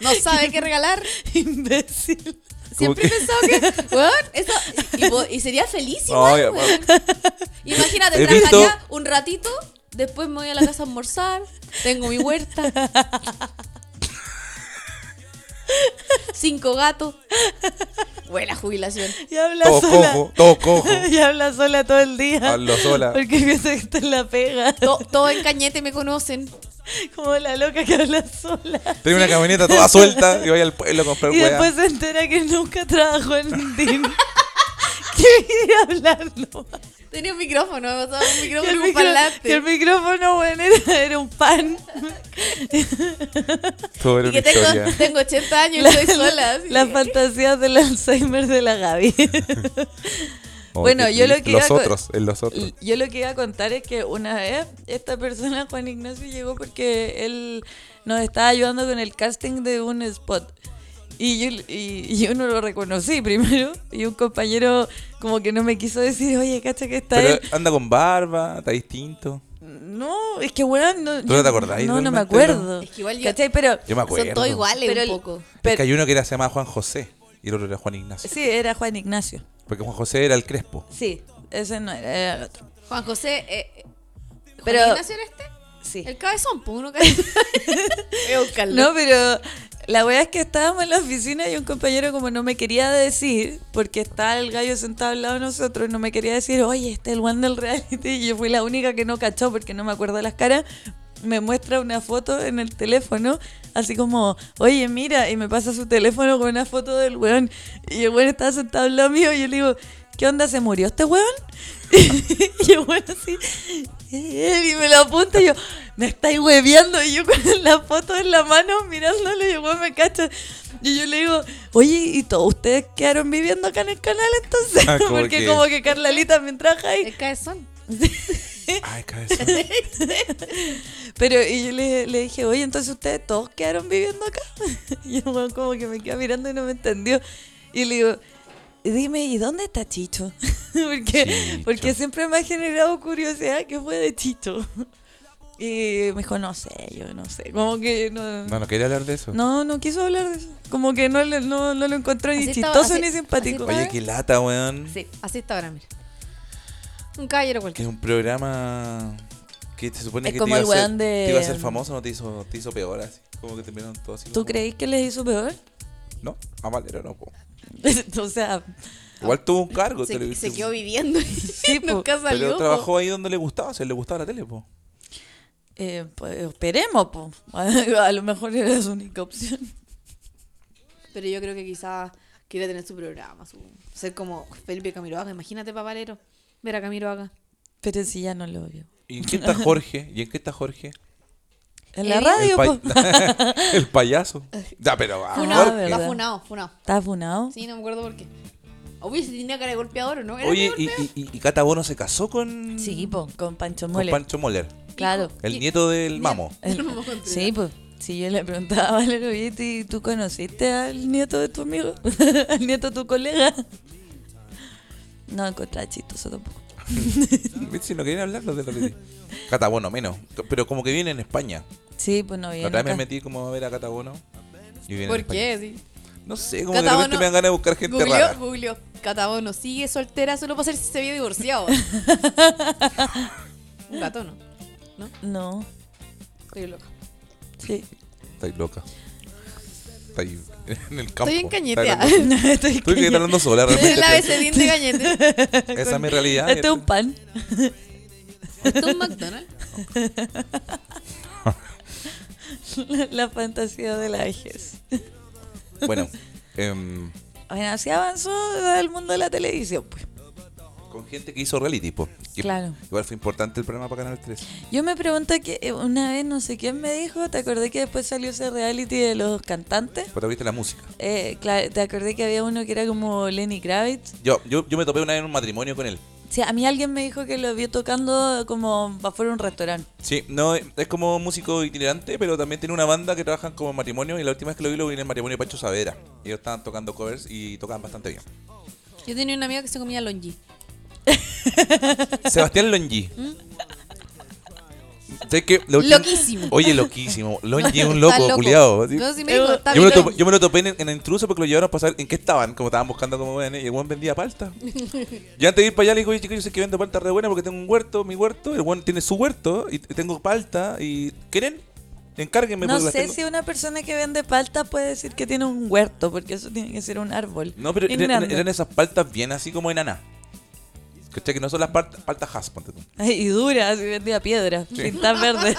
S3: No sabe qué regalar.
S4: <laughs> Imbécil.
S3: Siempre he pensado que, weón, eso. Y, po- y sería feliz
S2: No,
S3: igual,
S2: ya,
S3: weón. Imagínate,
S2: He
S3: trabajaría
S2: visto-
S3: un ratito, después me voy a la casa a almorzar, tengo mi huerta. Cinco gatos. Buena jubilación.
S4: Y habla
S2: Todo
S4: sola.
S2: cojo, todo cojo.
S4: <laughs> Y habla sola todo el día.
S2: Hablo sola.
S4: Porque piensa que está en la pega.
S3: To- todo en cañete me conocen.
S4: <laughs> Como la loca que habla sola.
S2: Tenía una camioneta
S4: <laughs>
S2: toda suelta y voy al pueblo a comprar
S4: Y
S2: weá.
S4: después se entera que nunca trabajó en DIN. <laughs> que viene hablando.
S3: Tenía un micrófono, me pasaba
S4: Que
S3: un micrófono
S4: el,
S3: y un
S4: micro-
S3: parlante.
S4: que el micrófono, bueno, era, era un pan.
S2: Todo era una
S3: Y que tengo,
S2: historia.
S3: tengo 80 años y
S4: La-
S3: estoy sola. así
S4: Las
S3: que-
S4: fantasías del Alzheimer de la <laughs> Gaby.
S2: Oh,
S4: Bueno,
S2: y-
S4: yo
S2: y
S4: lo que iba
S2: Los
S4: con-
S2: otros, en los otros.
S4: Yo lo que iba a contar es que una vez esta persona, <laughs> Juan Ignacio, llegó porque él nos estaba ayudando con el casting de un spot. Y yo, y, y yo no lo reconocí primero. Y un compañero como que no me quiso decir, oye, cacha que está
S2: Pero
S4: él.
S2: anda con barba, está distinto.
S4: No, es que weón, no,
S2: ¿Tú no te acordás
S4: No, no me
S2: realmente, no?
S4: acuerdo.
S3: Es que igual yo-
S4: ¿Cachai? Pero
S2: Yo me acuerdo.
S3: Son todos iguales
S4: Pero el-
S3: un poco.
S2: Es que hay uno que era, se llamaba Juan José y el otro era Juan Ignacio.
S4: sí, era Juan Ignacio.
S2: Porque Juan José era el
S4: <laughs>
S2: Crespo.
S4: Sí, ese no era, era el otro.
S3: Juan José, eh, eh, ¿Juan
S4: Pero-
S3: Ignacio era este?
S4: Sí.
S3: El cabezón, pues
S4: <laughs>
S3: uno cabezón. Voy a buscarlo.
S4: No, pero la weá es que estábamos en la oficina y un compañero como no me quería decir, porque estaba el gallo sentado al lado de nosotros, no me quería decir, oye, este es el one del reality, y yo fui la única que no cachó porque no me acuerdo las caras, me muestra una foto en el teléfono, así como, oye, mira, y me pasa su teléfono con una foto del weón, y el weón estaba sentado al lado mío, y yo le digo, ¿qué onda, se murió este weón? <laughs> y el weón así, él, y me lo apunta y yo, me estáis hueveando. Y yo con la foto en la mano mirándolo y el weón me cacha. Y yo le digo, oye, ¿y todos ustedes quedaron viviendo acá en el canal entonces? <laughs>
S2: Ah, como
S4: Porque
S2: que-
S4: como que Carlalita me trabaja ahí.
S3: El cabezón.
S2: Ay, cabezón.
S4: Pero y yo le, le dije, oye, entonces ustedes todos quedaron viviendo acá. <laughs> Y el weón como que me queda mirando y no me entendió. Y le digo, dime, ¿y dónde está Chicho? <laughs> porque,
S2: Chicho.
S4: porque siempre me ha generado curiosidad que fue de Chicho. Y me dijo, no sé, yo no sé. Como que no.
S2: No, no quería hablar de eso.
S4: No, no quiso hablar de eso. Como que no, le- no, no lo encontró ni
S3: Así estaba,
S4: chistoso
S3: así-
S4: ni simpático.
S3: así
S2: Oye, qué lata, weón.
S3: Sí, así está ahora, mira. Un caballero
S2: Que
S3: cualquiera.
S2: es un programa que se supone
S4: Es
S2: que
S4: como
S2: te,
S4: el
S2: iba a hacer,
S4: weón de- em,
S2: te iba a hacer famoso, no te hizo, te hizo peor así. Como que te miraron todo así.
S4: ¿Tú
S2: como-
S4: creís que les hizo peor? <laughs>
S2: No, a Valero no, po.
S4: o sea,
S2: Igual tuvo un cargo.
S3: Se,
S2: tele-
S3: se quedó viviendo y <laughs>
S4: po.
S3: nunca
S2: Pero
S3: salió. po.
S2: trabajó ahí donde le gustaba, se le gustaba la tele, po.
S4: eh, pues, esperemos, po. <laughs> A lo mejor era su única opción.
S3: Pero yo creo que quizás quiere tener su programa, su, ser como Felipe Camiroaga. Imagínate, papalero, ver a Camiroaga.
S4: Pero si ya no lo vio.
S2: ¿Y en qué
S4: <laughs>
S2: está Jorge? ¿Y en qué está Jorge?
S4: En la
S2: El,
S3: Él-
S4: radio, pues,
S2: pa-
S4: po.
S2: <laughs> el payaso. Ya, pero a
S4: Funado,
S2: Jorge.
S4: ¿verdad?
S3: Está funado, funado.
S4: ¿Estás funado?
S3: Sí, no me acuerdo por qué. Obvio, si tenía cara de golpeador, ¿o ¿no? Era
S2: Oye,
S3: medio
S2: y,
S3: golpeador.
S2: y, y- y Cata Bono se casó con,
S4: Sí, po, con Pancho
S2: con
S4: Mole.
S2: Pancho Moller,
S4: Claro.
S2: el
S3: Y-
S2: nieto del
S3: <laughs>
S2: mamo. <laughs>
S4: El-
S3: No me encontré.
S4: sí, pues. Si yo le preguntaba <laughs> a Valero, oye, ¿y ¿tú conociste al nieto de tu amigo? <laughs> ¿Al nieto de tu colega? No encontraba chistoso tampoco.
S2: si no quieren hablar los de reality. Cata Bono menos, pero como que viene en España.
S4: Sí, pues no
S2: La
S4: viene
S2: otra vez me
S4: acá.
S2: metí como a ver a Catabono. y viene en
S3: ¿Por
S2: España.
S3: qué? Sí.
S2: No sé, como que de
S3: Catabono-
S2: repente me dan ganas de buscar gente
S3: Googleó,
S2: rara.
S3: googleó. Catabono sigue soltera solo para ser si se
S2: <laughs>
S3: había divorciado. Un gato no.
S4: No,
S3: Estoy loca.
S4: sí.
S2: Estáis loca. Estáis en el campo.
S3: Estoy en cañetea.
S2: Estáis hablando-
S3: <laughs>
S4: Estoy
S2: Estoy
S4: que-
S2: gritando sola
S3: Estoy
S2: realmente.
S3: en la abecedín de cañete.
S2: Esa es mi realidad.
S4: Este es un pan. <laughs>
S3: Esto es un McDonald's.
S4: La, la fantasía de la vejez.
S2: Bueno, em,
S4: Bueno, así avanzó el mundo de la televisión, pues.
S2: con gente que hizo reality, po. Que
S4: Claro.
S2: Igual fue importante el programa para Canal 3.
S4: Yo me pregunto que eh, una vez no sé quién me dijo, te acordé que después salió ese reality de los cantantes.
S2: Pero pues viste la música.
S4: Eh, claro, te acordé que había uno que era como Lenny Kravitz.
S2: Yo, yo, yo me topé una vez en un matrimonio con él.
S4: Sí, a mí alguien me dijo que lo vio tocando como afuera de un restaurante.
S2: Sí, no, es como músico itinerante, pero también tiene una banda que trabajan como matrimonio. Y la última vez que lo vi, lo vi en el matrimonio de Pacho Savera. Ellos estaban tocando covers y tocaban bastante bien.
S3: Yo tenía una amiga que se comía longi.
S2: Sebastián Longi. Sé que lo-
S3: Loquísimo.
S2: Oye, loquísimo. Longi es un
S3: Está
S2: loco, culiado. así.
S3: No, sí me dijo, está
S2: Yo me, lo
S3: bien.
S2: topé, yo me lo topé en, en el intruso porque lo llevaron a pasar en qué estaban, como estaban buscando como ven, y el buen vendía
S3: <laughs>
S2: palta. Yo antes de ir para allá le digo, oye chicos, yo sé que vendo palta re buena porque tengo un huerto, mi huerto, el buen tiene su huerto y tengo palta y ¿quieren? Encárguenme
S4: No
S2: porque las
S4: sé
S2: tengo".
S4: si una persona que vende palta puede decir que tiene un huerto, porque eso tiene que ser un árbol.
S2: No, pero
S4: Bien
S2: eran,
S4: grande.
S2: eran esas paltas bien así como enaná. ¿Cachai? Que no son las paltas, paltas has, ponte tú.
S4: Ay, Y dura, así vendía piedra, pintadas
S2: <laughs>
S4: verdes.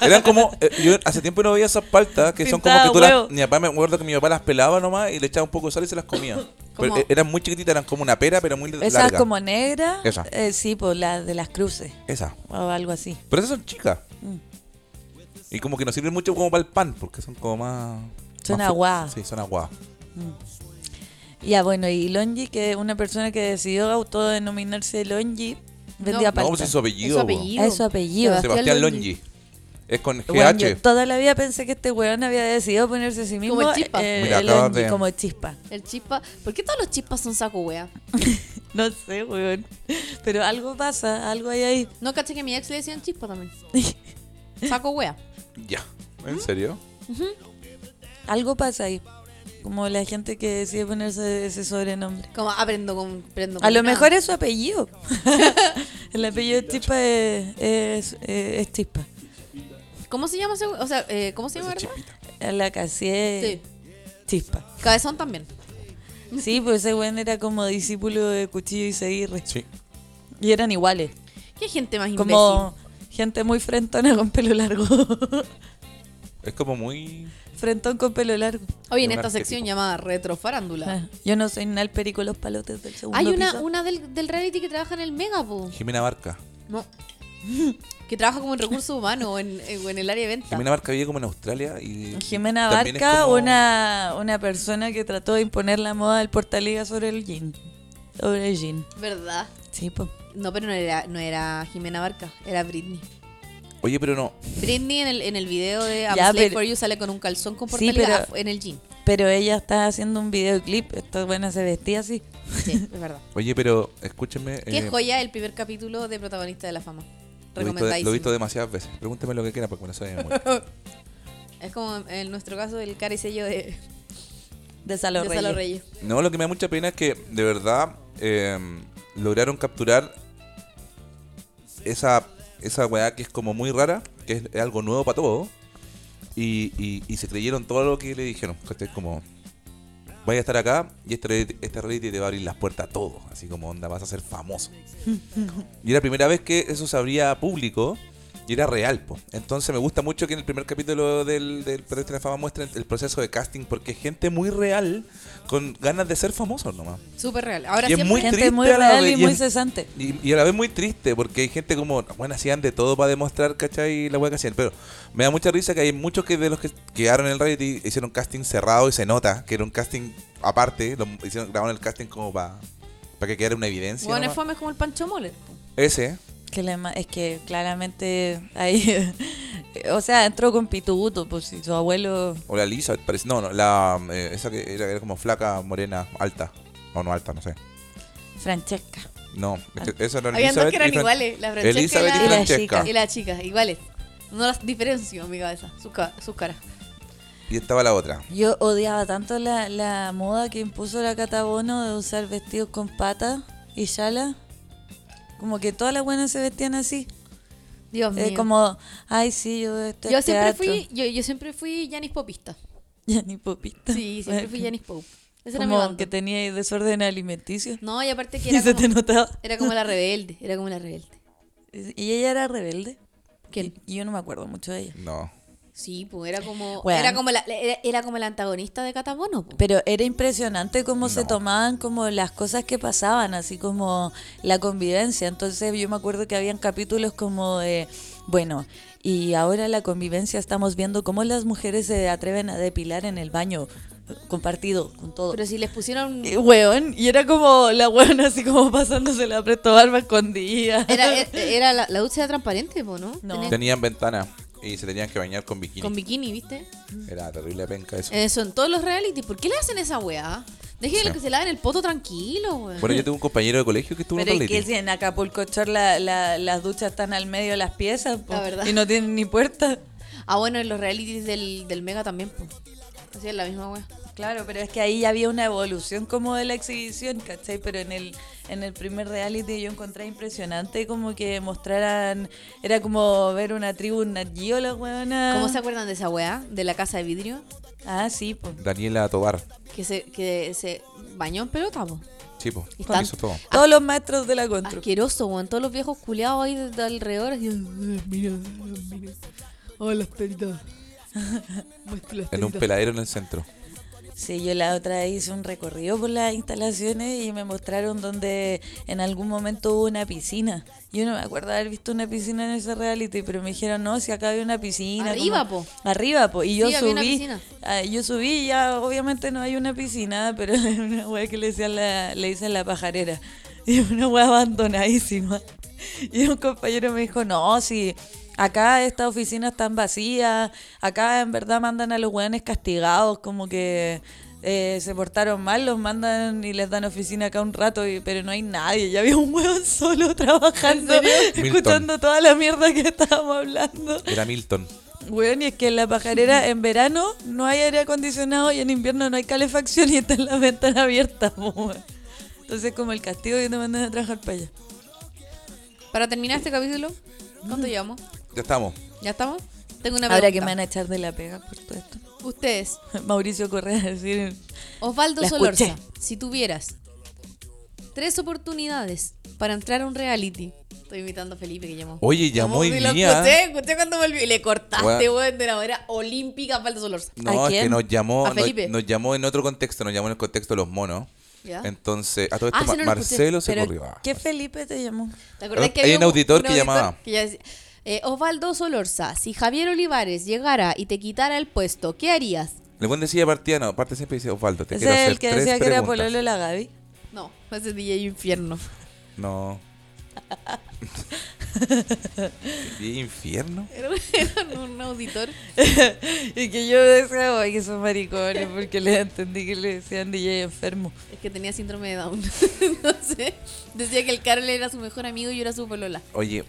S2: Eran como, eh, yo hace tiempo no veía esas paltas que son como
S4: Pintada,
S2: que tú las,
S4: huevo.
S2: mi papá me acuerdo que mi papá las pelaba nomás y le echaba un poco de sal y se las
S4: <laughs>
S2: comía. Pero,
S3: Como-
S2: eh, eran muy chiquititas, eran como una pera, pero muy
S4: Esas
S2: larga.
S4: como negras.
S2: Esa.
S4: eh, sí, pues las de las cruces
S2: Esa.
S4: o algo así. Mm.
S2: Pero esas son chicas. Y como que nos sirven mucho como para el pan, porque son como más.
S4: Son
S2: más fu-
S4: aguadas.
S2: Sí, son aguadas.
S4: Ya, bueno, y Longi, que es una persona que decidió autodenominarse Longi, vendía
S2: No,
S4: palta.
S2: pues es su apellido.
S3: Es su
S2: po.
S3: apellido.
S4: Es su apellido.
S2: Sebastián Longi. Es con GH.
S4: Bueno, yo toda la vida pensé que este weón había decidido ponerse a sí mismo
S3: Como el Chispa.
S4: eh,
S2: Mira,
S4: el
S2: acabas
S4: Longi
S2: de-
S4: como chispa. <laughs>
S3: El chispa. ¿Por qué todos los chispas son saco wea?
S4: No sé, weón. Pero algo pasa, algo hay ahí.
S3: No caché que a mi ex le decían
S2: <laughs>
S3: chispa también. Saco wea.
S2: Ya. ¿En serio?
S4: Algo pasa ahí. Como la gente que decide ponerse ese sobrenombre.
S3: Como aprendo con. Aprendo
S4: A lo mejor es su apellido. <laughs> el apellido de Chispa es, es, eh, es Chispa.
S3: ¿Cómo se llama ese we- O sea, eh, ¿cómo se
S2: Esa
S3: llama, verdad?
S2: chipita.
S4: La Casier
S3: Sí.
S4: Chispa.
S3: Cabezón también.
S4: Sí, pues ese weón era como discípulo de Cuchillo y Seguirre.
S2: Sí.
S4: Y eran iguales.
S3: ¿Qué gente más imbécil?
S4: Como gente muy frentona con pelo largo. <laughs>
S2: Es como muy.
S4: Frentón con pelo largo.
S3: Oye, en
S2: Un
S3: esta
S2: arquetipo.
S3: sección llamada retrofarándula.
S4: Ah, Yo no soy nal perico los palotes del segundo
S3: Hay una,
S4: piso.
S3: una del, del reality que trabaja en el Megapo.
S2: Jimena Barca.
S3: No. <laughs> Que trabaja como en recursos humanos o en, en- o en el área de venta.
S2: Jimena Barca vive como en Australia y.
S4: Jimena
S2: también es
S4: Barca,
S2: como-
S4: una, una persona que trató de imponer la moda del Portaliga sobre el jean. Sobre el jean.
S3: ¿Verdad?
S4: Sí, po.
S3: No, pero no era, no era Jimena Barca, era Britney.
S2: Oye, pero no.
S3: Britney en el, en el video de I'm
S4: Ya,
S3: Slave
S4: pero-
S3: for You sale con un calzón con
S4: Sí,
S3: portaliga
S4: pero-
S3: af- en el jean.
S4: Pero ella está haciendo un videoclip. Esta buena se vestía así.
S3: Sí, es verdad.
S2: Oye, pero escúchenme.
S3: Qué
S2: eh,
S3: joya el primer capítulo de Protagonista de la Fama.
S2: lo he visto de- Lo
S3: Recomendadísimo.
S2: he visto demasiadas veces. Pregúnteme lo que quiera porque me lo sé de
S3: <laughs>
S2: memoria.
S3: Es como en nuestro caso el cara y sello de,
S4: De Salo
S3: de
S4: Reyes.
S3: Salo Reyes.
S2: No, lo que me da mucha pena es que de verdad eh, lograron capturar esa, esa weá que es como muy rara, que es, es algo nuevo para todos. Y, y- y se creyeron todo lo que le dijeron. ¿cachai? como, vaya a estar acá y este, reality- este reality te va a abrir las puertas a todo. Así como, onda, vas a ser famoso. Y era la primera vez que eso se abría a público y era real, po. Entonces me gusta mucho que en el primer capítulo del, del Proyecto de la Fama muestren el proceso de casting porque es gente muy real con ganas de ser famosos nomás.
S3: Súper real. Ahora
S2: Y es
S3: siempre
S2: muy
S4: Gente
S2: triste
S4: muy
S2: a la
S4: real
S2: vez,
S4: y
S2: y
S4: muy
S2: es-
S4: cesante.
S2: Y, y a la vez muy triste porque hay gente como, bueno, hacían de todo para demostrar, ¿cachai? La hueá que hacían. Pero me da mucha risa que hay muchos que de los que quedaron en el reality hicieron casting cerrado y se nota que era un casting aparte. Lo hicieron, grabaron el casting como para que quedara una evidencia.
S3: Bueno,
S2: nomás.
S3: fome es como el Pancho Moller.
S2: Ese,
S4: Que la ma- es que claramente ahí. <laughs> o sea, entró con pituto, pues si su abuelo.
S2: o la Lisa, parece. No, no, la, eh, esa que era, era como flaca, morena, alta. No, no alta, no sé.
S4: Francesca.
S2: No, este- esa era
S3: Ah. Habían dos
S2: Elizabeth
S3: que eran
S2: y Fran-
S3: iguales, la Francesca y
S2: Elizabeth
S3: la-
S2: y
S4: Y la
S2: Francesca.
S3: Y la chica, iguales. No las diferencio en mi cabeza, sus ca- sus caras.
S2: Y estaba la otra.
S4: Yo odiaba tanto la, la moda que impuso la Catabono de usar vestidos con patas y shala. Como que todas las buenas se vestían así.
S3: Dios mío.
S4: Es como, ay, sí, yo este estoy
S3: yo siempre fui, yo, yo siempre fui Janis Popista.
S4: <laughs> Ya ni popita. <laughs>
S3: Sí, siempre fui Janis Pop. Ese era mi
S4: Como
S3: bando.
S4: que tenía desorden alimenticio.
S3: No, y aparte que
S4: <laughs> Y
S3: era
S4: se te
S3: como,
S4: notaba.
S3: era como la rebelde, era como la rebelde.
S4: Y ella era rebelde.
S3: ¿Quién?
S4: Y yo no me acuerdo mucho de ella.
S2: No.
S3: Sí, pues era como
S4: Bueno.
S3: era como la era, era como la antagonista de Catabono. po.
S4: Pero era impresionante cómo se tomaban como las cosas que pasaban, así como la convivencia. Entonces yo me acuerdo que habían capítulos como de, bueno, y ahora la convivencia estamos viendo cómo las mujeres se atreven a depilar en el baño eh, compartido con todo.
S3: Pero si
S4: <laughs>
S3: les pusieron
S4: Eh, weón, y era como la weón así como pasándose la presto barba escondida. <laughs>
S3: era, era la, la ducha transparente, po, ¿no?
S4: No.
S3: Tenés-
S2: Tenían ventana y se tenían que bañar con bikini.
S3: con bikini, Eh. ¿viste?
S2: Era terrible penca eso.
S3: Eso en todos los reality. ¿Por qué le hacen esa weá? Dejen
S2: Sí.
S3: que se laven el poto tranquilo, weón.
S2: Bueno, yo tuve un compañero de colegio que estuvo en
S4: Pero
S2: un
S4: es que
S2: reality.
S4: si en Acapulco Shore la- la- las duchas están al medio de las piezas po,
S3: La verdad.
S4: y no tienen ni puerta.
S3: Ah, bueno, en los realities del, del Mega también, pues. Así es la misma wea.
S4: Claro, pero es que ahí ya había una evolución como de la exhibición, ¿cachai? Pero en el, en el primer reality yo encontré impresionante como que mostraran, era como ver una tribu en Nat Geo, la weona.
S3: ¿Cómo se acuerdan de esa wea? De la casa de vidrio.
S4: Ah, sí, pues.
S2: Daniela Tobar.
S3: Que se, que se bañó en pelota, po.
S2: Chipo.
S3: Y tan-
S2: Hizo todo.
S4: Todos los maestros de la
S3: Ah,
S4: construcción.
S3: Asqueroso, weón. Todos los viejos culeados ahí de, de alrededor. así, "Ay, mira, ay, mira. Oh, las peritas. Muestra las
S2: En un
S3: peritas".
S2: peladero en el centro.
S4: Sí, yo la otra vez hice un recorrido por las instalaciones y me mostraron donde en algún momento hubo una piscina. Yo no me acuerdo haber visto una piscina en ese reality, pero me dijeron, no, si acá había una piscina.
S3: Arriba,
S4: como-
S3: po.
S4: Arriba, po. Y yo
S3: Sí, había una
S4: subí.
S3: piscina.
S4: ah, yo subí y ya obviamente no hay una piscina, pero <laughs> es una weá que le, decían la, le dicen la pajarera. <laughs> Y es una weá abandonadísima. <laughs> Y un compañero me dijo, no, si acá estas oficinas están vacías, acá en verdad mandan a los weones castigados, como que eh, se portaron mal, los mandan y les dan oficina acá un rato, y- pero no hay nadie. Ya había un weón <laughs> solo trabajando, escuchando toda la mierda que estábamos hablando.
S2: Era Milton.
S4: Weón, y es que en la pajarera
S3: <laughs>
S4: en verano no hay aire acondicionado y en invierno no hay calefacción y están las ventanas abiertas, po, weón. Entonces como el castigo y te mandan a trabajar para allá.
S3: Para terminar este capítulo, ¿cuánto llevamos?
S2: Ya estamos.
S3: ¿Ya estamos? Tengo una
S4: Ahora que me van
S3: pregunta.
S4: a echar de la pega por todo esto. <laughs>
S3: Ustedes,
S4: Mauricio Correa <laughs> decir
S3: Osvaldo
S4: La escuché.
S3: Solorza, si tuvieras tres oportunidades para entrar a un reality. Estoy imitando a Felipe que llamó.
S2: Oye, llamó
S3: y
S2: hoy
S3: lo
S2: día.
S3: escuché, escuché cuando volvió. Y le cortaste,
S2: Bueno.
S3: weón, de la manera olímpica a Osvaldo Solorza.
S2: No,
S4: ¿A
S2: es que
S4: quién?
S2: nos llamó,
S3: A Felipe.
S2: nos, nos llamó en otro contexto, nos llamó en el contexto de los monos.
S3: ¿Ya?
S2: Entonces, a todo
S3: Ah,
S2: esto
S3: sí,
S2: Ma-
S3: no lo escuché,
S2: Marcelo se
S4: pero
S2: corrió. Ah,
S4: ¿qué Felipe te llamó?
S3: ¿Te acordás que
S2: Hay
S3: había
S2: un auditor que
S3: auditor
S2: llamaba.
S3: que ya decía, eh, Osvaldo Solorza, si Javier Olivares llegara y te quitara el puesto, ¿qué harías?
S2: Le buen decía partida, no, parte siempre dice Osvaldo, te
S4: Ese
S2: quiero
S4: es
S2: hacer
S4: el que
S2: tres
S4: decía que era
S2: preguntas".
S4: pololo la Gaby. <laughs>
S3: No, ese DJ infierno. <laughs>
S2: No. ¿Y infierno?
S3: Era un- era un auditor.
S4: y que yo decía, oye, que son maricones, porque le entendí que le decían DJ enfermo.
S3: Es que tenía síndrome de Down. <laughs> no sé. Decía que el Carol era su mejor amigo y yo era su polola.
S2: Oye,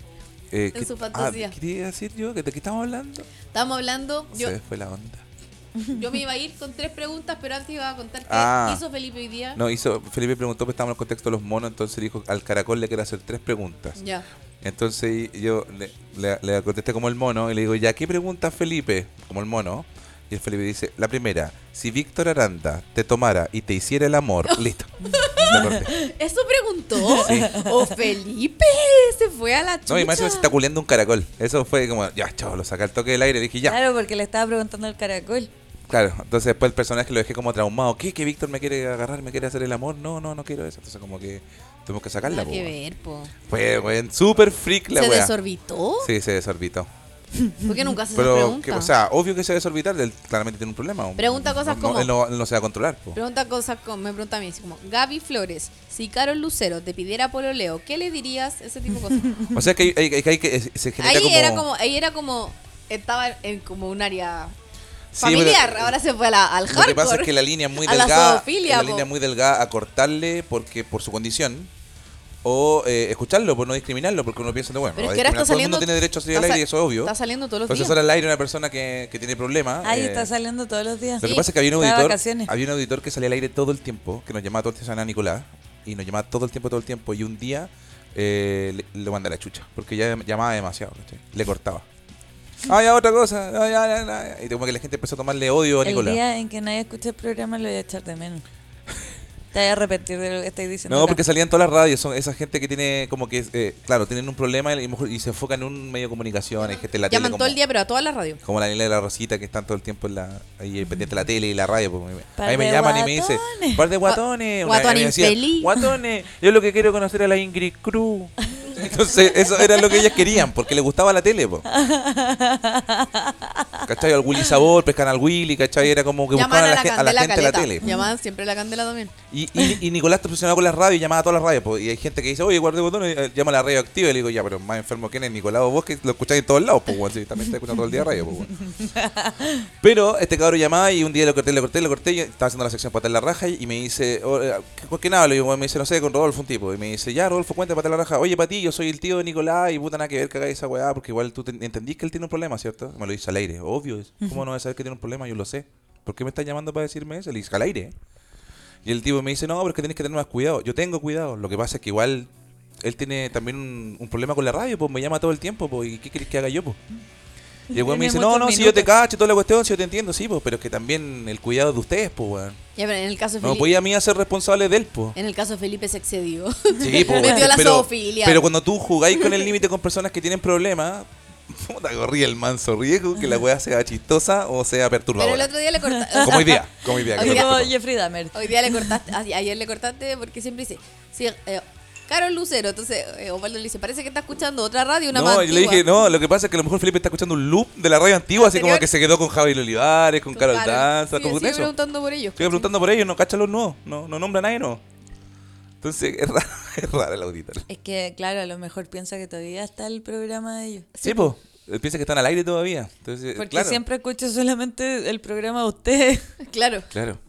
S2: eh, ¿qué,
S3: su
S2: ah,
S3: fantasía.
S2: ¿qué quería decir yo? ¿Que ¿De qué estamos hablando?
S3: Estábamos hablando. Yo,
S2: Se me fue la onda.
S3: <laughs> yo me iba a ir con tres preguntas, pero antes iba a contar qué
S2: Ah.
S3: hizo Felipe hoy día.
S2: No, hizo, Felipe preguntó, pues estábamos en el contexto de los monos, entonces dijo, al caracol le quiero hacer tres preguntas.
S3: Ya. <laughs>
S2: Entonces y- yo le, le- le contesté como el mono y le digo, ¿ya qué pregunta Felipe? Como el mono. Y el Felipe dice, la primera, si Víctor Aranda te tomara y te hiciera el amor,
S3: <laughs>
S2: listo. La corté.
S3: ¿Eso preguntó?
S2: Sí.
S3: ¡Oh, Felipe! Se fue a la chucha.
S2: No, y más encima se está culeando un caracol. Eso fue como, ya, chavo, lo saca el toque del aire. Le dije, ya.
S4: Claro, porque le estaba preguntando al caracol.
S2: Claro. Entonces después el personaje lo dejé como traumado. ¿Qué? ¿Que Víctor me quiere agarrar? ¿Me quiere hacer el amor? No, no, no quiero eso. Entonces como que tuvimos que sacarla.
S3: Nada
S2: po,
S3: que
S2: weón.
S3: ver, po.
S2: Fue, weón, súper freak la
S3: Ah, ¿Se
S2: weá.
S3: desorbitó?
S2: Sí, se desorbitó.
S3: ¿Por qué nunca hace esas
S2: Pero,
S3: preguntas?
S2: que- o sea, obvio que se desorbitar, él claramente tiene un problema. un-
S3: Pregunta cosas
S2: no-
S3: como-
S2: Él no, él no se va a controlar. po.
S3: Pregunta cosas como, me pregunta a mí, así como, Gaby Flores, si Carol Lucero te pidiera pololeo, ¿qué le dirías? Ese tipo de
S2: <laughs>
S3: cosas.
S2: O sea, que, hay- hay- que hay que- se genera
S3: ahí
S2: como...
S3: era como ahí era como estaba en como un área
S2: Sí,
S3: familiar
S2: pero-
S3: ahora se fue a la- al
S2: Lo
S3: hardcore
S2: que pasa es que la línea es muy
S3: a la
S2: delgada.
S3: zoofilia,
S2: la
S3: po.
S2: línea es muy delgada a cortarle porque por su condición. O eh, escucharlo, por no discriminarlo, porque uno piensa, no, bueno,
S3: pero
S2: va
S3: es
S2: a
S3: que ahora está
S2: discriminar. todo el
S3: saliendo
S2: mundo tiene derecho a salir al
S3: está
S2: aire, y eso es
S3: sa-
S2: obvio.
S3: está saliendo todos los
S2: Entonces
S3: días
S2: ahora al aire una persona que, que tiene problemas.
S4: Ahí
S2: eh,
S4: está saliendo todos los días.
S2: Lo que pasa es que había un
S4: está de
S2: auditor,
S4: vacaciones.
S2: había un auditor que salía al aire todo el tiempo, que nos llamaba todo el tiempo, se llama Nicolás, y nos llamaba todo el tiempo, todo el tiempo, y un día eh, le- lo mandé a la chucha, porque ya llamaba demasiado, ¿cachai? le cortaba.
S3: Mm.
S2: Ah, ya otra cosa, ah, ya, ya, ya. y como que la gente empezó a tomarle odio a
S4: el
S2: Nicolás.
S4: día en que nadie escuche el programa lo voy a echar
S2: <laughs>
S4: de menos. Te voy a arrepentir de lo que estáis diciendo.
S2: No,
S4: acá.
S2: porque salían todas las radios, son esa gente que tiene como que, eh, claro, tienen un problema y, mejor- y se enfoca en un medio de comunicación, hay gente en la
S3: llaman
S2: tele
S3: todo
S2: como,
S3: el día pero a todas las radios
S2: como la Nela de la Rosita que están todo el tiempo en la, ahí pendiente de la tele y la radio. pues,
S4: Par
S2: ahí me
S4: de
S2: llaman y me dicen,
S4: guatones.
S2: par de guatones. una-
S3: guatón
S2: me decía,
S3: infeliz.
S2: Guatones, yo lo que quiero conocer a la Ingrid Cruz.
S3: <laughs>
S2: Entonces, eso era lo que ellas querían, porque les gustaba la tele.
S3: <laughs>
S2: po. ¿Cachai? Al Willy Sabor, pescan al Willy, ¿cachai? Era como que
S3: llaman
S2: buscaban
S3: a la,
S2: gen- a la
S3: candela
S2: gente de la
S3: caleta
S2: tele.
S3: llamaban siempre a la candela también
S2: Y, y, y Nicolás está obsesionado con las radios y llamaba a todas las radios. po. Y hay gente que dice, oye, guarde botones, eh, llama a la radio activa. Y le digo, ya, pero más enfermo quién es Nicolás o vos que lo escucháis en todos lados, pues, weón. Sí, también está escuchando todo el día radio, pues, weón. Pero este cabrón llamaba y un día lo corté, lo corté, lo corté. Y estaba haciendo la sección patar la raja y me dice, oh, eh, ¿con quién hablo? Y yo, weón, me dice, no sé, con Rodolfo, un tipo. Y me dice, ya, Rodolfo, cuenta patar la raja. Oye, para ti, yo soy el tío de Nicolás y puta nada que ver que hagáis esa weá, porque igual tú ten- entendís que él tiene un problema, ¿cierto? Me lo dice al aire, obvio. ¿Cómo no vas a saber que tiene un problema? Yo lo sé. ¿Por qué me estás llamando para decirme eso? Le dije, al aire. Y el tipo me dice, no, pero es que tenés que tener más cuidado. Yo tengo cuidado. Lo que pasa es que igual él tiene también un, un problema con la radio, pues me llama todo el tiempo, pues, ¿y qué querés que haga yo, pues? Y el weón me
S4: Tiene
S2: dice, no, no,
S4: muchos
S2: si yo te
S4: minutos.
S2: cacho y toda la cuestión, si yo te entiendo, sí, pues, pero es que también el cuidado de ustedes, pues, weón.
S3: ya pero en el caso de
S2: No pues
S3: Felipe
S2: me podía a mí hacer responsable de él, pues.
S3: en el caso de Felipe se excedió
S2: <laughs> Sí, pues,
S3: metió <laughs>
S2: weón.
S3: la
S2: pero,
S3: zoofilia
S2: pero cuando tú jugáis con el límite con personas que tienen problemas, <laughs> Puta, que ríe el manso riesgo que la weá sea chistosa o sea
S3: Pero
S2: perturbadora.
S3: el otro día le cortaste.
S2: <laughs>
S3: <laughs>
S2: Como hoy día, como hoy día. que
S3: Hoy día-
S2: nos
S4: Como
S2: tocó.
S4: Jeffrey Dahmer.
S3: Hoy día le cortaste, a- ayer le cortaste porque siempre dice, sí, eh, Carol Lucero, entonces eh, Osvaldo le dice, parece que está escuchando otra radio, una
S2: no,
S3: más
S2: yo le
S3: antigua".
S2: dije, no, lo que pasa es que a lo mejor Felipe está escuchando un loop de la radio antigua, así como
S3: Anterior.
S2: que se quedó con Javier Olivares, con
S3: Con
S2: Carol
S3: Carol.
S2: Danza,
S3: Sí,
S2: como con
S3: sigue
S2: eso.
S3: preguntando por ellos.
S2: Estoy preguntando por ellos, no cacha los nuevos, no, no nombra a nadie, no. Entonces, <laughs> es raro, es raro el auditor.
S4: Es que, claro, a lo mejor piensa que todavía está el programa de ellos.
S2: Sí, pues, piensa que están al aire todavía. Entonces,
S4: Porque
S2: claro.
S4: siempre escucho solamente el programa de ustedes.
S3: <laughs> Claro.
S2: Claro.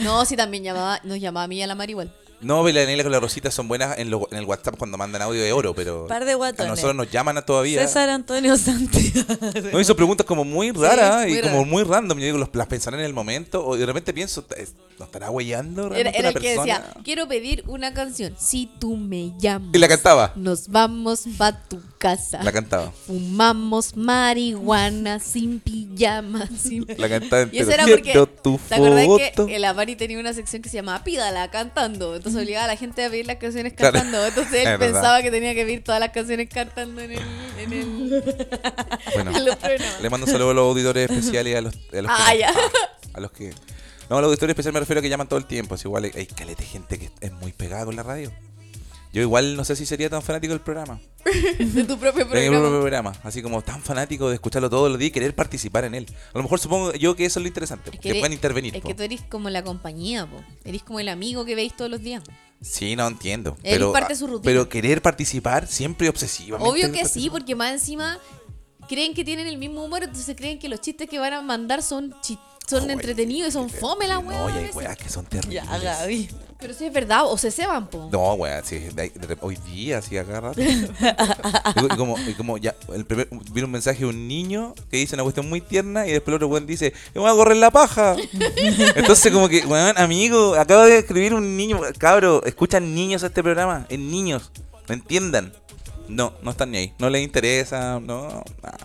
S3: No, sí, también llamaba, nos llamaba a mí y a la Mari igual.
S2: No, Belanela con la Rosita son buenas en, lo- en el WhatsApp cuando mandan audio de oro, pero.
S4: Par de guatones.
S2: A nosotros nos llaman a todavía.
S4: César Antonio Santiago.
S2: Nos hizo preguntas como muy raras
S3: muy
S2: y como
S3: raras.
S2: muy random. Yo digo, los- las pensaré en el momento o de repente pienso, ¿est- ¿nos estará huellando?
S3: Era,
S2: realmente
S3: era el
S2: la
S3: que
S2: persona?
S3: decía, quiero pedir una canción. Si tú me llamas,
S2: Y la cantaba.
S3: nos vamos pa' tu casa. <laughs>
S2: La cantaba.
S3: Fumamos marihuana sin pijama.
S2: <laughs>
S3: Sin...
S2: La cantaba
S3: Y eso
S2: entera.
S3: era porque.
S2: Quiero tu
S3: ¿Te acordás
S2: foto.
S3: que la Mari tenía una sección que se llamaba Pídala cantando? Entonces obligaba a la gente a pedir las canciones
S2: Claro.
S3: cantando. Entonces él
S2: Es verdad.
S3: pensaba que tenía que pedir todas las canciones cantando en el. En el
S2: <laughs> Bueno, <laughs>
S3: en los programas.
S2: le mando un saludo a los auditores especiales, a los, a los
S3: Ah,
S2: que.
S3: ya.
S2: A los que. No, a los auditores especiales me refiero a que llaman todo el tiempo. Es igual, hay- hay caleta de gente que es muy pegada con la radio. Yo igual no sé si sería tan fanático del programa.
S3: de tu propio
S2: de mi propio
S3: programa.
S2: programa. Así como tan fanático de escucharlo todos los días y querer participar en él. A lo mejor supongo yo que eso es lo interesante, que,
S3: eres-
S2: pueden intervenir.
S3: Es
S2: po.
S3: que tú eres como la compañía, po. Eres como el amigo que veis todos los días.
S2: Sí, no entiendo.
S3: Eres
S2: Pero, ah,
S3: parte de su rutina.
S2: pero querer participar siempre obsesivamente.
S3: Obvio que sí,
S2: participar.
S3: porque más encima creen que tienen el mismo humor, entonces creen que los chistes que van a mandar son chi- son
S2: Joder,
S3: entretenidos y son fome las weas.
S2: No, y
S3: a
S2: hay
S3: veces.
S2: weas que son terribles.
S4: <laughs> Ya, Gaby.
S3: Pero sí es verdad, o se ceban, po.
S2: No, wea, sí, de ahí- de rep- hoy día, sí, acá rato. y como, y como ya, el primer, vino un mensaje de un niño que dice una cuestión muy tierna y después el otro weón dice, me voy a correr la
S3: <laughs>
S2: paja. Entonces como que, weón, amigo, acaba de escribir un niño, cabro, escuchan niños este programa, en niños, no entiendan. No, no están ni ahí, no les interesa, no, nada.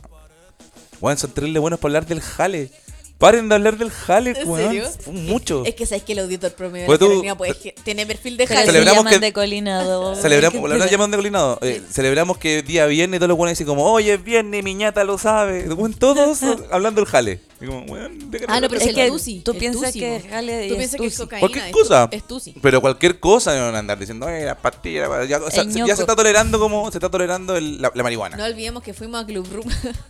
S2: Weón, son terrible buenos para hablar del jale. Paren de hablar del jale,
S3: <laughs> ¿En
S2: weón.
S3: serio?
S2: Mucho.
S3: Es que sabes que el auditor promedio
S2: Pues
S3: de la
S2: tú-
S3: Carolina puede ge- tiene perfil de
S4: Pero
S3: Jale.
S4: se
S2: Celebramos
S4: llaman
S2: que-
S4: de Colina Dobo.
S2: Celebramos,
S4: Que-
S2: la verdad llaman de colinado. Eh, celebramos que día viernes todos los buenos dicen como, oye, es viernes, mi ñata lo sabe. Bueno,
S3: <laughs>
S2: todos hablando el jale. Y como, "Weón, deja
S3: Ah,
S2: la
S3: no, pero
S2: plata".
S3: es
S4: es que
S3: el tusi,
S4: tú
S3: el
S4: piensas
S3: tusi,
S4: que
S3: po.
S4: jale
S3: Tú
S4: es
S3: piensas que es
S4: tusi.
S3: cocaína.
S2: Cualquier
S3: es tu-
S2: cosa.
S3: Es tusi.
S2: Pero cualquier cosa no van a andar diciendo, eh, la pastilla, la- ya, o sea,
S4: El
S2: se- ya
S4: ñoco.
S2: se está tolerando como, se está tolerando el- la, la marihuana.
S3: No olvidemos que fuimos a Club Room. <laughs>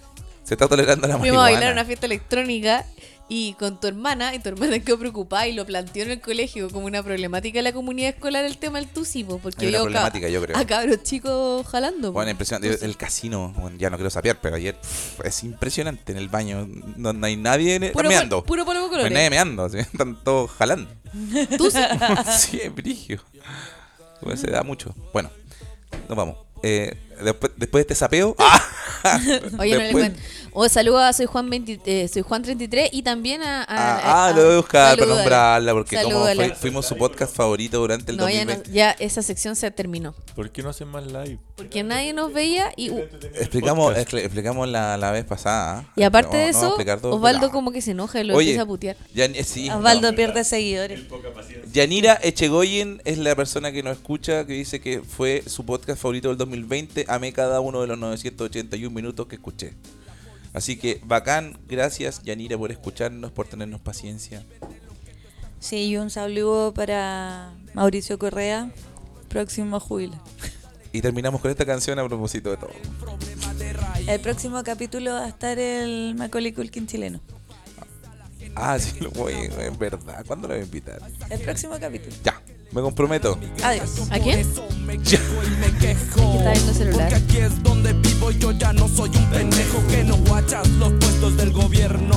S2: Se está tolerando la
S3: fuimos
S2: marihuana.
S3: a bailar una fiesta electrónica y con tu hermana, y tu hermana <laughs> quedó preocupada y lo planteó en el colegio como una problemática de la comunidad escolar el tema del tusi, po, porque
S2: Hay una
S3: vio ca-
S2: problemática, yo creo.
S3: a cabros chicos jalando. po.
S2: Bueno, impresionante. El casino, bueno, ya no quiero saber, pero ayer pff, es impresionante en el baño. No, no hay nadie en-
S3: Puro,
S2: meando.
S3: pol- puro polvo
S2: no hay
S3: colores.
S2: nadie meando, ¿sí? <laughs> están todos jalando.
S3: Tusi.
S2: <laughs> sí, es brigio. Bueno, se da mucho. Bueno, nos vamos. Eh, después, después de este
S3: <laughs>
S2: sapeo. ¡Ah!
S3: Oye, no le
S2: Después-
S3: cuento. O saludo a soy Juan 20 eh, soy Juan 33 y también a, a-
S2: Ah, ah,
S3: a-
S2: lo voy a buscar para
S3: salúdale.
S2: nombrarla, porque como
S3: Salúdale.
S2: fue- fuimos su podcast favorito durante el
S3: No, ya, no-
S2: 2020.
S3: ya esa sección se terminó.
S5: ¿Por qué no hacen más live?
S3: Porque nadie nos veía y, uh,
S2: Explicamos,
S5: Podcast.
S2: expli- explicamos la, la vez pasada. ¿ah?
S3: y aparte
S2: No,
S3: de
S2: no,
S3: eso,
S2: explicar todo,
S3: Osvaldo
S2: pero-
S3: como que se enoja y lo
S2: Oye,
S3: empieza a putear.
S2: Ya, eh, sí, no.
S4: Osvaldo pierde seguidores.
S2: Yanira Echegoyen es la persona que nos escucha, que dice que fue su podcast favorito del 2020. Amé cada uno de los 981 minutos que escuché. Así que bacán, gracias Yanira por escucharnos, por tenernos paciencia.
S4: Sí, y un saludo para Mauricio Correa, próximo jubilo.
S2: Y terminamos con esta canción a propósito de todo.
S4: El próximo capítulo va a estar el Macaulay Culkin chileno.
S2: Ah, sí, <laughs> lo voy, es verdad. ¿Cuándo la voy a invitar?
S4: El próximo capítulo.
S2: Ya, me comprometo.
S4: Adiós.
S3: ¿A quién?
S2: Ya.
S3: Está viendo el celular.
S6: Porque aquí es donde vivo, yo ya no soy un pendejo que no guachas los puestos del gobierno.